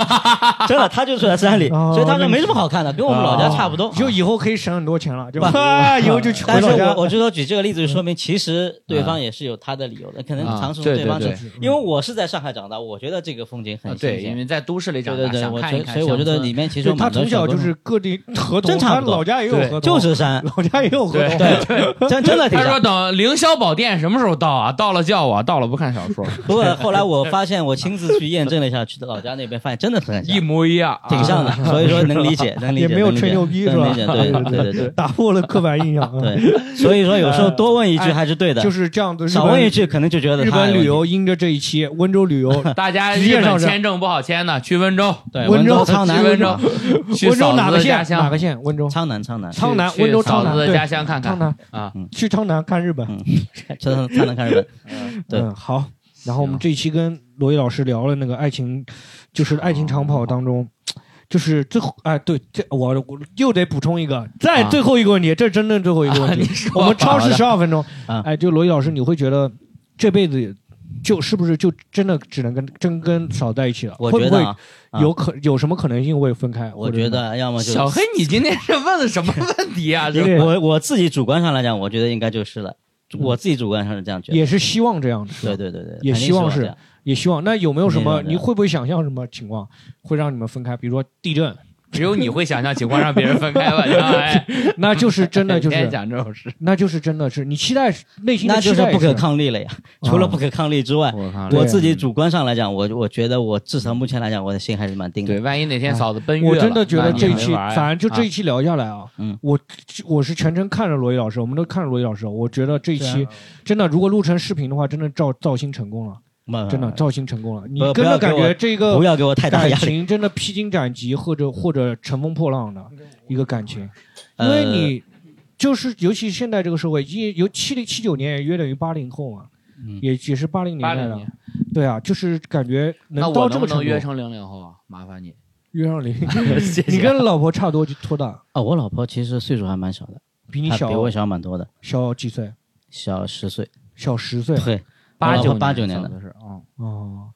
C: 真的，他就住在山里，
A: 哦
C: 所以他说没什么好看的，跟我们老
B: 哦
C: 家差不多。
A: 就以后可以省很多钱了，就
C: 不
A: 吧？ 以后就去回
C: 但是
A: 老家嗯
C: 我。我就说举这个例子，就说明其实对方也是有他的理由的，可能
B: 啊
C: 尝试
B: 对
C: 对方
B: 对对，
C: 是
A: 嗯
C: 因为我是在上海长大，我觉得这个风景
B: 啊
C: 很新
B: 对，因
C: 鲜。
B: 为在都市里
C: 对
B: 长
C: 对
B: 大，
C: 对，
B: 想
C: 我
B: 看
C: 觉
B: 一
C: 得，
B: 看
C: 所以我觉得里面其实
A: 对
C: 有
A: 他
C: 蛮多
A: 从
C: 小
A: 小
C: 姑
A: 就
C: 娘
A: 是各地合同，
C: 真差
A: 他
C: 不多
A: 老家也有合同，
C: 就是山，
A: 老家也有合
B: 对
A: 同。
C: 对真真的挺
B: 他说
C: 像。
B: 等凌霄宝殿什么时候到啊？到了叫我，到了不看小说，
C: 不过后来我发现，我亲自去验证了一下，去老家那边发现真的很
B: 一
C: 像，
B: 模一样，啊
C: 挺像的，所以说能 理解，能理
A: 也
C: 解，
A: 没有
C: 能理解
A: 吹牛逼是
C: 能
A: 吧？
C: 理解对对对对
A: 打破了刻板印象。嗯，
C: 对，所以说有时候多问一句
A: 哎
C: 还是对的，
A: 就是这样的。日
C: 少
A: 本
C: 问一句可能就觉得
A: 日
C: 他
A: 本
C: 有
A: 旅游因着这一期温州 旅游，
B: 大家
A: 直
B: 日
A: 接
B: 本
A: 上升
B: 签证不好签的，去温州，
C: 对
A: 温州
C: 苍南
B: 去 温州，去
A: 温州哪
B: 嫂子
A: 个
B: 的家
A: 县？哪
B: 乡，
A: 个县？温州。
C: 苍南苍南
A: 苍南
B: 去
A: 温州苍
B: 嫂
A: 南
B: 子的
A: 对
B: 家乡看
A: 苍
B: 看
A: 南
B: 啊。
A: 去苍南看日本。
C: 苍苍南看日本，对
A: 嗯，好。然后我们这一期跟罗毅老师聊了那个爱情，就是爱情长跑当中，就是最后哎，对，这我我又得补充一个，再
B: 啊
A: 最后一个问题，这是真正最后一个问
B: 啊
A: 题
B: 你，说吧
A: 我们超时十二 分钟
C: 啊。
A: 哎，就罗毅老师，你会觉得这辈子就是不是就真的只能跟真跟嫂在一起了？
C: 我觉
A: 会不
C: 得
A: 会
C: 啊，啊
A: 有可有什么可能性会分开？
C: 我觉得要么就
B: 小黑，你今天是问的什么问题 啊？
A: 因为
C: 我我自己主观上来讲，我觉得应该就是了，我自己主观上是这样觉
A: 嗯
C: 得，
A: 也是希望这样的，是吧
C: 对对对对，
A: 也
C: 肯定
A: 希望
C: 是
A: 是
C: 这样
A: 也希望。那有没有什么？
C: 肯定的
A: 你会不会想象什么情况会让你们分开？比如说地震，
B: 只有你会想象情况让别人分开吧？ 你知道吗哎
A: 那就是 真的就
B: 天天
A: 是，
B: 讲这种事，
A: 那就是真的是你期待内心
C: 那
A: 的
C: 就
A: 期
C: 是
A: 待
C: 不
A: 也
C: 可
A: 是啊哦
C: 抗力了呀。除了不可抗力之外，
B: 我靠
A: 对
C: 哎我自己主观上来讲，我我觉得我至少目前来讲，我的心还是蛮定的
B: 对，。万一哪天嫂子奔月
A: 我
B: 了
A: 真的觉得
B: 那你
A: 这一
B: 没
A: 期，
B: 法儿呀
A: 反正就这一
B: 啊
A: 期聊下来啊，
C: 嗯
A: 我我是全程看着罗毅老师，我们都看着罗毅老师，我觉得这一
C: 啊
A: 期真的，如果录成视频的话，真的造造星成功了，
C: 慢慢
A: 真的
C: 慢慢
A: 造星成功了。你
C: 不
A: 真
C: 不
A: 的
C: 要
A: 感
C: 给我
A: 觉这个
C: 呃不要给我太大
A: 感
C: 压力，
A: 情真的披荆斩棘，或者或者乘风破浪的一个感情，因
C: 呃
A: 为你就是尤其现在这个社会，因由七零七九年也约等于八零后嘛，
C: 嗯
A: 也也是八零年
B: 八
A: 代
B: 零
A: 的
B: 年，，
A: 对啊，就是感觉
B: 那
A: 能
B: 我
A: 到这个
B: 能不
A: 程度，
B: 能约成零零后啊？麻烦你，
A: 约 上零，你
C: 哦
A: 跟老婆差不多就多大？
C: 啊，我老婆其实岁数还蛮小的，
A: 比你
C: 她
A: 小
C: 比我小蛮多的，
A: 小几岁？
C: 小十岁。
A: 小十岁。
C: 对，
B: 八九
C: 八九年
B: 的
C: 的，
B: 是啊，
A: 哦，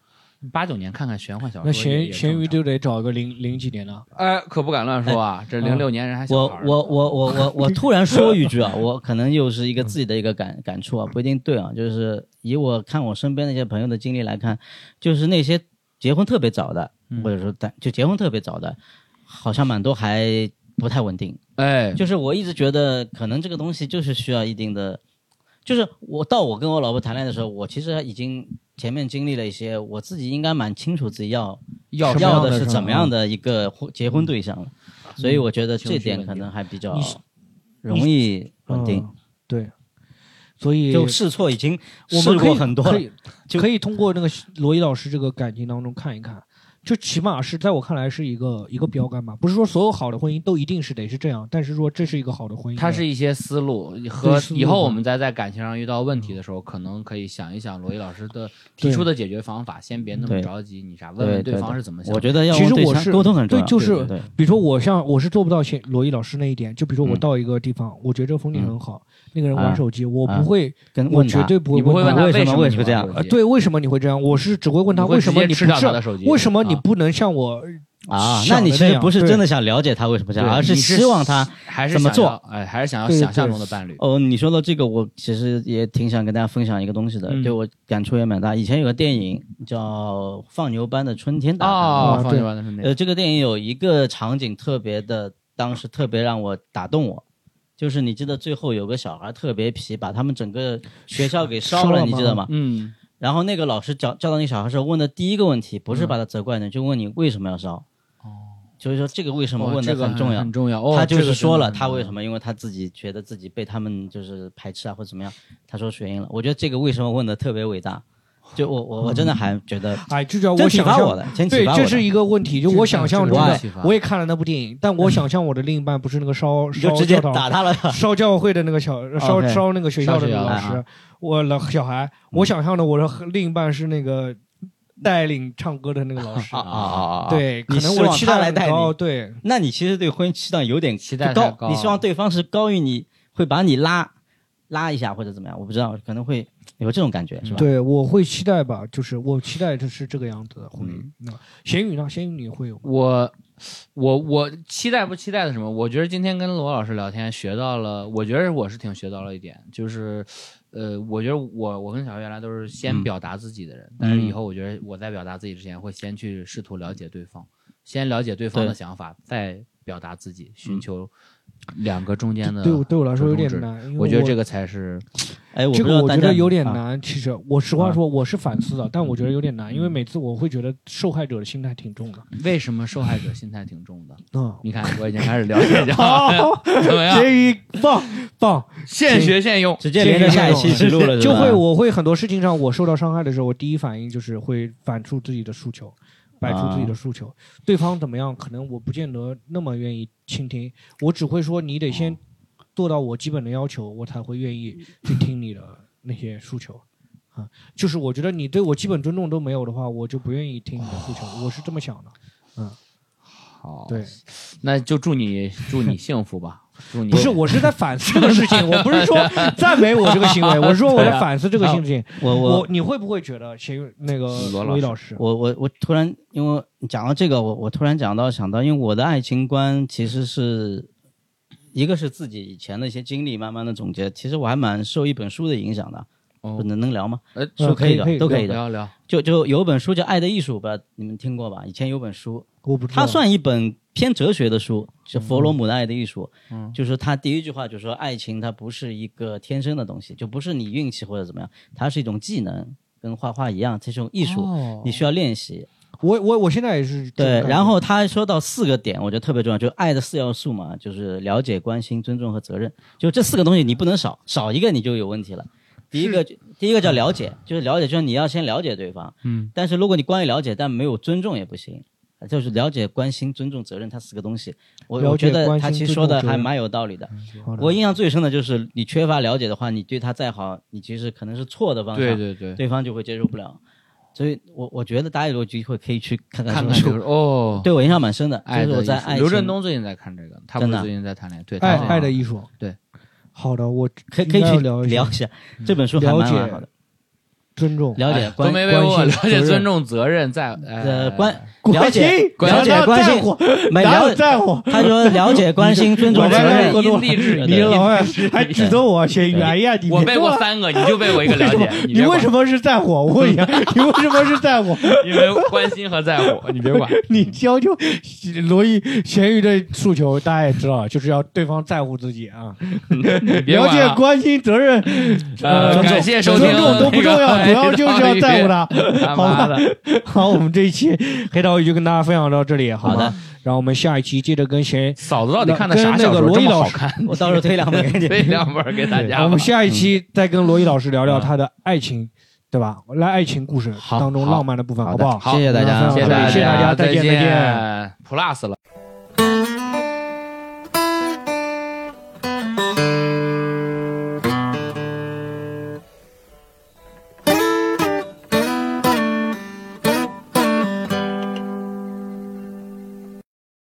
B: 八九年看看玄幻小说
A: 那
B: 也。
A: 咸
B: 也
A: 咸鱼
B: 正
A: 就得找个零零几年的。
B: 常哎，可不敢乱说啊，这零六年人还小
C: 我
B: 孩儿呢嗯
C: 我我我我我突然说一句啊，我可能又是一个自己的一个感感触啊，不一定对啊。就是以我看我身边那些朋友的经历来看，就是那些结婚特别早的，
B: 嗯
C: 或者说但就结婚特别早的，好像蛮多还不太稳定。
B: 哎，
C: 就是我一直觉得，可能这个东西就是需要一定的，就是我到我跟我老婆谈恋爱的时候，我其实已经前面经历了一些，我自己应该蛮清楚自己要
B: 要
A: 什么样
C: 要
A: 的嗯
C: 的是
A: 是吧
C: 怎么样的一个婚结婚对象了，所以我觉得这
B: 情绪
C: 点
B: 稳
C: 可
B: 定
C: 能还比较
A: 你是
C: 容易稳定。
A: 嗯对，所以
C: 就试错已经
A: 我
C: 试
A: 们可以
C: 过很多
A: 可
C: 了，
A: 以
C: 就
A: 可以通过那个罗伊老师这个感情当中看一看，就起码是在我看来是一个一个标杆吧。不是说所有好的婚姻都一定是得是这样，但是说这是一个好的婚姻。
B: 它是一些思路和
A: 思路
B: 以后
A: 吧
B: 我们再在感情上遇到问题的时候，可能可以想一想罗毅老师的提
A: 对
B: 出的解决方法，先别那么
C: 对
B: 着急，你啥问问
C: 对
B: 对
C: 对
B: 方
C: 对
B: 是怎么想
C: 我
B: 的。
C: 觉得要
A: 其实
C: 对
A: 我
C: 象
A: 是
C: 沟通很重
A: 对
C: 要，
A: 就
C: 对
A: 是
C: 对对
A: 比如说我像我是做不到像罗伊老师那一点，就比如说我
C: 嗯
A: 到一个地方，我觉得这个风景很好，那个人玩
C: 啊
A: 手机，我
C: 啊
A: 不会，
C: 跟
A: 我
C: 问
A: 绝
C: 他
A: 对不
B: 你
A: 会
B: 不会问
A: 他
B: 他
C: 为什
B: 么
C: 么
B: 你
C: 会这样
B: 玩手
A: 啊，
B: 机，
A: 对，为什么你会这样？我是只会问他
B: 你会
A: 为什么
B: 直接
A: 你不
B: 吃掉他的
A: 是，
B: 手机？
A: 为什么你
B: 啊
A: 不能像我？
C: 啊，
A: 想
C: 那你
A: 的
C: 其
A: 那
C: 实
A: 样
C: 不是
A: 对
C: 真的想了解他为什么这样，
B: 对
C: 而是
B: 你是
C: 希望他
B: 还是
C: 怎么
B: 想
C: 做
B: 要？哎，还是想要
A: 对对
B: 想象
A: 对
B: 中的伴侣。
C: 哦，你说到这个，我其实也挺想跟大家分享一个东西的，
A: 嗯
C: 对我感触也蛮大。以前有个电影叫《放牛班的春天》的，
B: 哦，
A: 啊
B: 放
A: 对
B: 牛班的是那个
C: 呃，这个电影有一个场景特别的，当时特别让我打动我，就是你记得最后有个小孩特别皮，把他们整个学校给烧
A: 烧
C: 了，
A: 了
C: 你记得吗？
B: 嗯，
C: 然后那个老师教教导那小孩时候问的第一个问题，不是把他责怪你，就问你为什么要烧。哦，所以说这个为什么
B: 哦
C: 问的
B: 这个
C: 很重要
B: 很。重要。哦
C: 他就
B: 这个嗯
C: 是说了
B: 真的
C: 他为
B: 很
C: 什么，因为他自己觉得自己被他们就是排斥啊或者怎么样，他说出原因了。我觉得这个为什么问的特别伟大，就我我我真的还觉得
A: 哎，这叫
C: 真
A: 我
C: 启
A: 想
C: 发
A: 象
C: 我的，真启
A: 对，
C: 发我
A: 这
C: 的
A: 是一个问题，就我想象中
C: 这
A: 的
C: 个
B: 启发，
A: 我也看了那部电影，但我想象我的另一半不是那个烧
C: 嗯你
A: 烧
C: 就直接
A: 教导
C: 打他了吧。
A: 烧教会的那个小烧
C: OK
A: 烧那个学校的那个老
C: 烧学校啊嗯
A: 师，我老小孩，我想象的我的另一半是那个带领唱歌的那个老师
C: 啊，啊啊啊！，
A: 对，可
C: 你
A: 能
C: 希
A: 我
C: 望
A: 期
C: 他
A: 待
C: 来
A: 很
C: 带你
A: 高，对，
C: 那你其实对婚姻期待有点
B: 期待太
C: 高，
B: 高
C: 你希望对方是高于你，会把你拉拉一下或者怎么样，我不知道，可能会有这种感觉，是吧？
A: 嗯对，我会期待吧，就是我期待的是这个样子的婚
C: 嗯
A: 姻。那咸鱼呢？咸鱼你会有吗？
B: 我我我期待不期待的什么？我觉得今天跟罗老师聊天学到了，我觉得我是挺学到了一点，就是。呃，我觉得我我跟小月原来都是先
C: 嗯
B: 表达自己的人，但是以后我觉得我在表达自己之前，会先去试图了解对方，先了解对方的
C: 对
B: 想法，再表达自己，寻求两个中间的。
A: 对我对我来说有点
B: 折中之
A: 难，因为
B: 我觉得这个才是
C: 哎，我
A: 这
C: 不知
A: 个
C: 道
A: 我
C: 大
A: 觉
C: 家
A: 得有点
C: 啊
A: 难。其实我实话说，我是反思的，但我觉得有点难，因为
C: 嗯
A: 每次我会觉得受害者的心态挺重的。
B: 为什么受害者心态挺重的。
A: 嗯，
B: 你看，我已经开始了解这样，
A: 好，
B: 怎么样？
A: 啊咸鱼棒棒，
B: 现学现用，
C: 直接连着下一期去录了，是
A: 就
C: 吧
A: 会我会很多事情上我受到伤害的时候，我第一反应就是会反出自己的诉求，摆出自己的诉求。对方怎么样，可能我不见得那么愿意倾听，我只会说你得先做到我基本的要求，我才会愿意去听你的那些诉求。啊，就是我觉得你对我基本尊重都没有的话，我就不愿意听你的诉求，我是这么想的。
B: 好，
A: 对，
B: 那就祝你祝你幸福吧，祝你
A: 不是，我是在反思这个事情，我不是说赞美我这个行为，我是说我在反思这个事情。
C: 我我
A: 我你会不会觉得谁那个
B: 罗
A: 罗毅
B: 老
A: 老师？
C: 我我我突然，因为你讲到这个，我我突然讲到想到，因为我的爱情观其实是一个是自己以前的一些经历慢慢的总结，其实我还蛮受一本书的影响的，不
B: 哦，
C: 能能聊吗？
B: 呃，
C: 书可以的
A: 可以可以
C: 都可以的。
B: 聊聊，
C: 就就有本书叫《爱的艺术》，不知道你们听过吧？以前有本书，
A: 我不知道。
C: 它算一本偏哲学的书，是弗洛姆的《爱的艺术》。
B: 嗯
C: 就是他第一句话就说，爱情它不是一个天生的东西，就不是你运气或者怎么样，它是一种技能，跟画画一样，这是一种艺术，
B: 哦
C: 你需要练习。
A: 我我我现在也是这种
C: 对
A: 感，觉
C: 然后他还说到四个点，我觉得特别重要，就是爱的四要素嘛，就是了解、关心、尊重和责任。就这四个东西，你不能少，少一个你就有问题了。第一个，第一个叫了解，就是了解，就是你要先了解对方。
B: 嗯。
C: 但是如果你光于了解，但没有尊重也不行，就是了解、关心、尊重、责任，它四个东西，我
A: 了解
C: 我觉得
A: 关心
C: 他其实说的
A: 尊重责
C: 还
A: 任
C: 蛮有道理的。
A: 好的
C: 我印象最深的就是，你缺乏了解的话，你对他再好，你其实可能是错的方向。
B: 对对对，
C: 对方就会接受不了。所以我我觉得大家有机会可以去看
B: 看
C: 这
B: 看就
C: 本
B: 是
C: 书，
B: 哦，
C: 对我印象蛮深的，
B: 爱
C: 就是
B: 的
C: 我
B: 艺
C: 在
B: 术
C: 爱
B: 刘
C: 情
B: 振东最近在看这个，他不
C: 真
B: 是
C: 的
B: 最近在谈恋爱，对，
A: 爱
B: 他最近
A: 爱的艺
C: 哦
A: 术，
B: 对，
A: 好的，我
C: 可以
A: 应
C: 可以
A: 该
C: 去
A: 要聊一下嗯
C: 聊一下这本书还蛮蛮好的，
A: 尊重，
C: 了
B: 哎
C: 解
B: 都
C: 关
B: 没为我
A: 关
B: 了
A: 心
B: 解
A: 责任
B: 尊重责任在哎
C: 呃关
A: 哎关
C: 了解
A: 心
C: 了
A: 哪
C: 解
A: 有
C: 关
A: 在
C: 心
A: 乎，
C: 没
A: 哪
C: 了
A: 有在乎？
C: 他说了解关心尊重
A: 我
C: 责
A: 在
C: 任
A: 这儿，
B: 因地制
C: 对
A: 你
B: 宜
C: 对。
A: 老外还指责我学语言，哎呀，你
B: 我背过
A: 别
B: 三个，你就背过一个了
A: 做了
B: 解。
A: 你为什
B: 么？
A: 么是在乎？我 问一下，你为什么是在乎？
B: 因为关心和在乎，你别管。
A: 你要求罗毅咸鱼的诉求，大家也知道，就是要对方在乎自己啊。
B: 你别
A: 了
B: 管
A: 解、
B: 啊。
A: 关心、责任，
B: 呃
A: 尊重
B: 感谢收听
A: 尊重都不重要，主
B: 那
A: 要
B: 个
A: 就是要在乎他。好
B: 他妈
A: 吧
B: 的，
A: 好，我们这一期黑道鱼就跟大家分享到这里，好
C: 好的
A: 吗？然后我们下一期接着跟 咸，
B: 嫂子到底看的
A: 跟
B: 啥
A: 那
B: 小
A: 个
B: 说
A: 罗
B: 这
A: 毅
B: 么
A: 老
B: 好
A: 师
B: 看？
C: 我到时候推两本给你。
B: 背两本给大家
A: 我
B: 吧嗯
A: 们。下一期再跟罗毅老师聊聊他的爱情，对吧？来，爱情故事
B: 好
A: 当中
B: 好
A: 浪漫的部分，
B: 好
A: 不
B: 的
A: 好？
B: 好
C: 谢谢大家
A: 好
B: 谢谢大
A: 谢谢大家再见再见
B: 见，Plus 了。